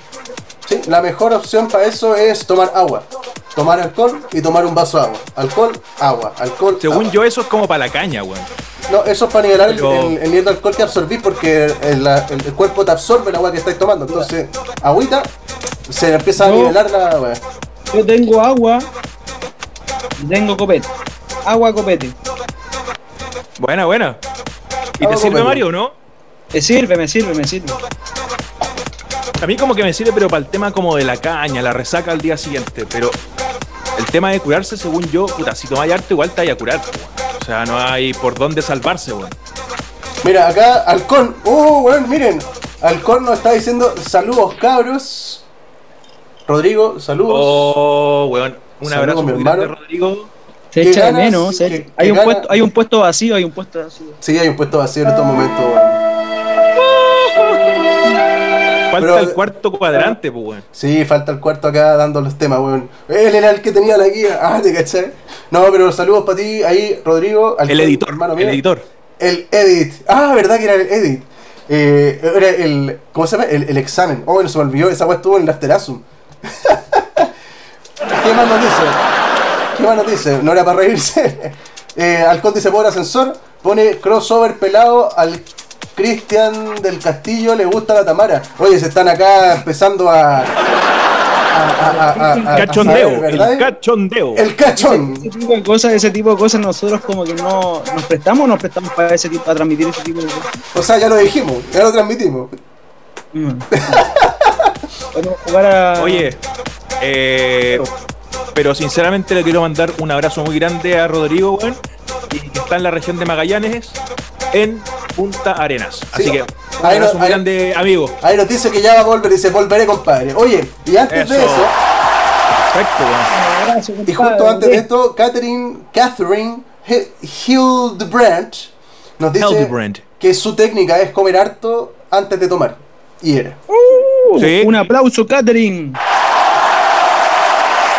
Speaker 1: Sí, la mejor opción para eso es tomar agua. Tomar alcohol y tomar un vaso de agua. Alcohol, agua. Alcohol,
Speaker 2: Según
Speaker 1: agua.
Speaker 2: yo, eso es como para la caña, weón.
Speaker 1: No, eso es para nivelar el-
Speaker 2: Pero-
Speaker 1: el, el nivel de alcohol que absorbís porque el, la- el- el cuerpo te absorbe la agua que estáis tomando. Entonces, agüita, se empieza a
Speaker 3: No.
Speaker 1: nivelar la weá.
Speaker 3: Yo tengo agua y tengo copete. Agua, copete.
Speaker 2: Buena, buena. ¿Y te
Speaker 1: Algo
Speaker 2: sirve,
Speaker 1: medio.
Speaker 2: Mario, no?
Speaker 3: Me sirve, me sirve, me sirve.
Speaker 2: A mí como que me sirve, pero para el tema como de la caña, la resaca al día siguiente. Pero el tema de curarse, según yo, puta, si tomáis harto igual te hay a curar. weón. O sea, no hay por dónde salvarse, weón.
Speaker 1: Mira, acá Halcón. Uh, weón, miren. Halcón nos está diciendo saludos, cabros. Rodrigo, saludos.
Speaker 2: Oh, weón. Un
Speaker 1: Saludo,
Speaker 2: abrazo
Speaker 1: mi
Speaker 2: muy
Speaker 1: hermano.
Speaker 2: grande, Rodrigo.
Speaker 3: Se
Speaker 1: ¿Qué
Speaker 3: echa de
Speaker 1: ganas?
Speaker 3: menos. se echa-
Speaker 1: ¿Qué-
Speaker 3: Hay,
Speaker 1: qué
Speaker 3: un
Speaker 1: ganas?
Speaker 3: puesto, hay un puesto vacío, hay un puesto vacío.
Speaker 1: Sí, hay un puesto vacío en estos momentos, weón.
Speaker 2: Falta
Speaker 1: Pero-
Speaker 2: el cuarto cuadrante, pues, weón.
Speaker 1: Sí, falta el cuarto acá dando los temas, weón. Él era el que tenía la guía. Ah, te caché. No, pero saludos para ti, ahí, Rodrigo. Halcón,
Speaker 2: El editor,
Speaker 1: hermano mío.
Speaker 2: el editor.
Speaker 1: El edit. Ah, verdad que era el edit. Eh, era el. ¿Cómo se llama? El, el examen. Oh, no se me olvidó. Esa weá estuvo en el Afterasum. ¿Qué más nos dice? ¿Qué más nos dice? No era para reírse. Eh, Halcón dice por ascensor. Pone crossover pelado al Cristian del Castillo. Le gusta la Tamara. Oye, se están acá empezando a. a- a-
Speaker 2: Cachondeo,
Speaker 1: saber, Ah, ¿verdad?
Speaker 2: el cachondeo.
Speaker 1: El cachón.
Speaker 3: Ese tipo de cosas, ese tipo de cosas nosotros como que no nos prestamos o nos prestamos para ese tipo, para transmitir ese tipo de cosas.
Speaker 1: O sea, ya lo dijimos, ya lo transmitimos.
Speaker 3: Mm. Podemos jugar a
Speaker 2: Oye, eh, pero sinceramente le quiero mandar un abrazo muy grande a Rodrigo, weón, y que está en la región de Magallanes, en Punta Arenas. Así
Speaker 1: Sí.
Speaker 2: que, un
Speaker 1: Ahí
Speaker 2: abrazo
Speaker 1: no-
Speaker 2: muy
Speaker 1: ahí-
Speaker 2: grande, amigo.
Speaker 1: Ahí nos dice que ya va a volver, dice, volveré, compadre. Oye, y antes de
Speaker 2: Eso.
Speaker 1: eso,
Speaker 2: Perfecto, weón.
Speaker 3: un abrazo, compadre.
Speaker 1: y justo antes de esto, Catherine, Catherine Hi- Hildebrandt nos dice
Speaker 2: Hildebrandt.
Speaker 1: que su técnica es comer harto antes de tomar. Y era.
Speaker 3: Uh,
Speaker 2: Sí.
Speaker 3: Un aplauso, Catherine.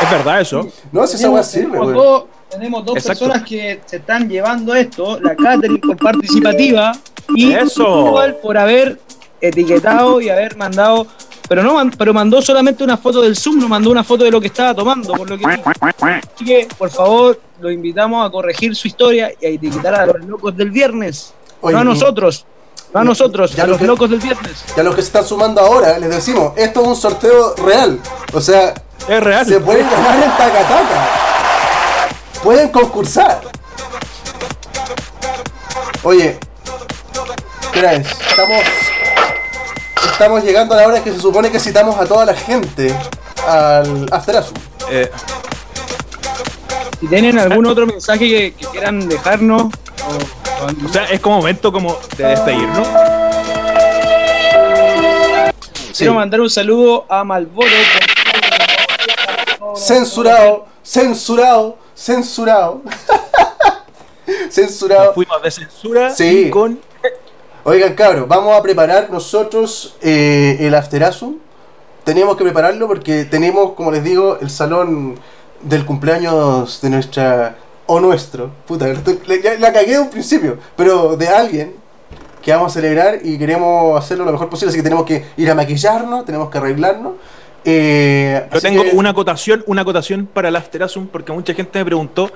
Speaker 2: Es verdad eso.
Speaker 1: No, si esa weá sirve,
Speaker 3: tenemos
Speaker 1: weón.
Speaker 3: dos, tenemos dos
Speaker 2: Exacto.
Speaker 3: personas que se están llevando esto, la Catherine por participativa y
Speaker 2: Eso.
Speaker 3: Cristóbal por haber etiquetado y haber mandado, pero no man- pero mandó solamente una foto del Zoom, no mandó una foto de lo que estaba tomando, por lo que Así que, por favor, lo invitamos a corregir su historia y a etiquetar a los locos del viernes,
Speaker 1: Oye,
Speaker 3: no a
Speaker 1: y-
Speaker 3: nosotros, no a
Speaker 1: y-
Speaker 3: nosotros,
Speaker 1: ya
Speaker 3: a
Speaker 1: lo
Speaker 3: los
Speaker 1: que-
Speaker 3: locos del viernes.
Speaker 1: Y a los que se están sumando ahora, les decimos, esto es un sorteo real. O sea,
Speaker 2: Es real.
Speaker 1: se pueden ganar en Tacataca. Pueden concursar. Oye, mira, estamos. Estamos llegando a la hora que se supone que citamos a toda la gente al After Ashu.
Speaker 2: Eh,
Speaker 3: Si tienen algún otro mensaje que, que quieran dejarnos, o- o-
Speaker 2: o sea, es como momento como de despedir, ¿no?
Speaker 1: Sí.
Speaker 3: Quiero mandar un saludo a Malboro.
Speaker 1: Censurado, censurado, censurado.
Speaker 2: Nos
Speaker 1: censurado.
Speaker 2: fuimos de censura
Speaker 1: Sí.
Speaker 2: y con
Speaker 1: Oigan, cabros, vamos a preparar nosotros eh, el afterazo. Tenemos que prepararlo porque tenemos, como les digo, el salón del cumpleaños de nuestra. o nuestro. Puta, le estoy- le- ya la cagué de un principio, pero de alguien que vamos a celebrar y queremos hacerlo lo mejor posible. Así que tenemos que ir a maquillarnos, tenemos que arreglarnos. eh,
Speaker 2: Yo
Speaker 1: así
Speaker 2: tengo
Speaker 1: que-
Speaker 2: una acotación, una acotación para el After Asum, porque mucha gente me preguntó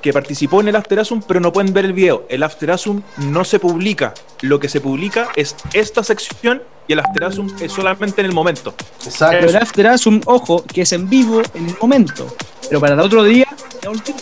Speaker 2: que participó en el After Asum, pero no pueden ver el video. El After Asum no se publica. Lo que se publica es esta sección y el After Asum es solamente en el momento.
Speaker 1: Exacto.
Speaker 3: Pero el After Us, un ojo, que es en vivo en el momento. Pero para el otro día, ya último.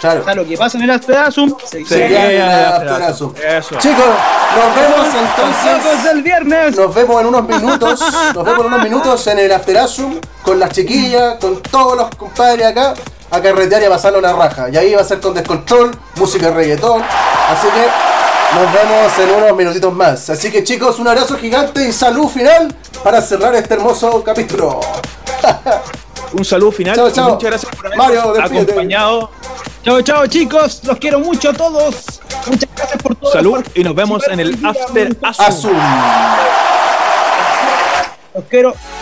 Speaker 1: Claro.
Speaker 3: O sea, lo que pasa en el After Us, un-
Speaker 1: Se
Speaker 3: se
Speaker 2: queda
Speaker 1: queda en el
Speaker 2: en el
Speaker 1: After
Speaker 2: After
Speaker 1: Ashu.
Speaker 2: Ashu. Eso.
Speaker 1: Chicos, nos vemos
Speaker 3: Locos
Speaker 1: entonces.
Speaker 3: del viernes.
Speaker 1: Nos vemos en unos minutos. Nos vemos en unos minutos en el Afterasum con las chiquillas, con todos los compadres acá, a carretear y a pasarlo la raja. Y ahí va a ser con descontrol, música y reggaetón. Así que nos vemos en unos minutitos más. Así que chicos, un abrazo gigante y salud final para cerrar este hermoso capítulo.
Speaker 2: Un saludo final.
Speaker 1: Chao,
Speaker 2: y
Speaker 1: chao.
Speaker 2: Muchas gracias por habernos
Speaker 1: Mario, despídete.
Speaker 2: acompañado.
Speaker 3: Chao, chao, chicos. Los quiero mucho a todos. Muchas gracias por todo.
Speaker 2: Salud y nos vemos en el After Asum.
Speaker 1: Azul.
Speaker 3: Los quiero.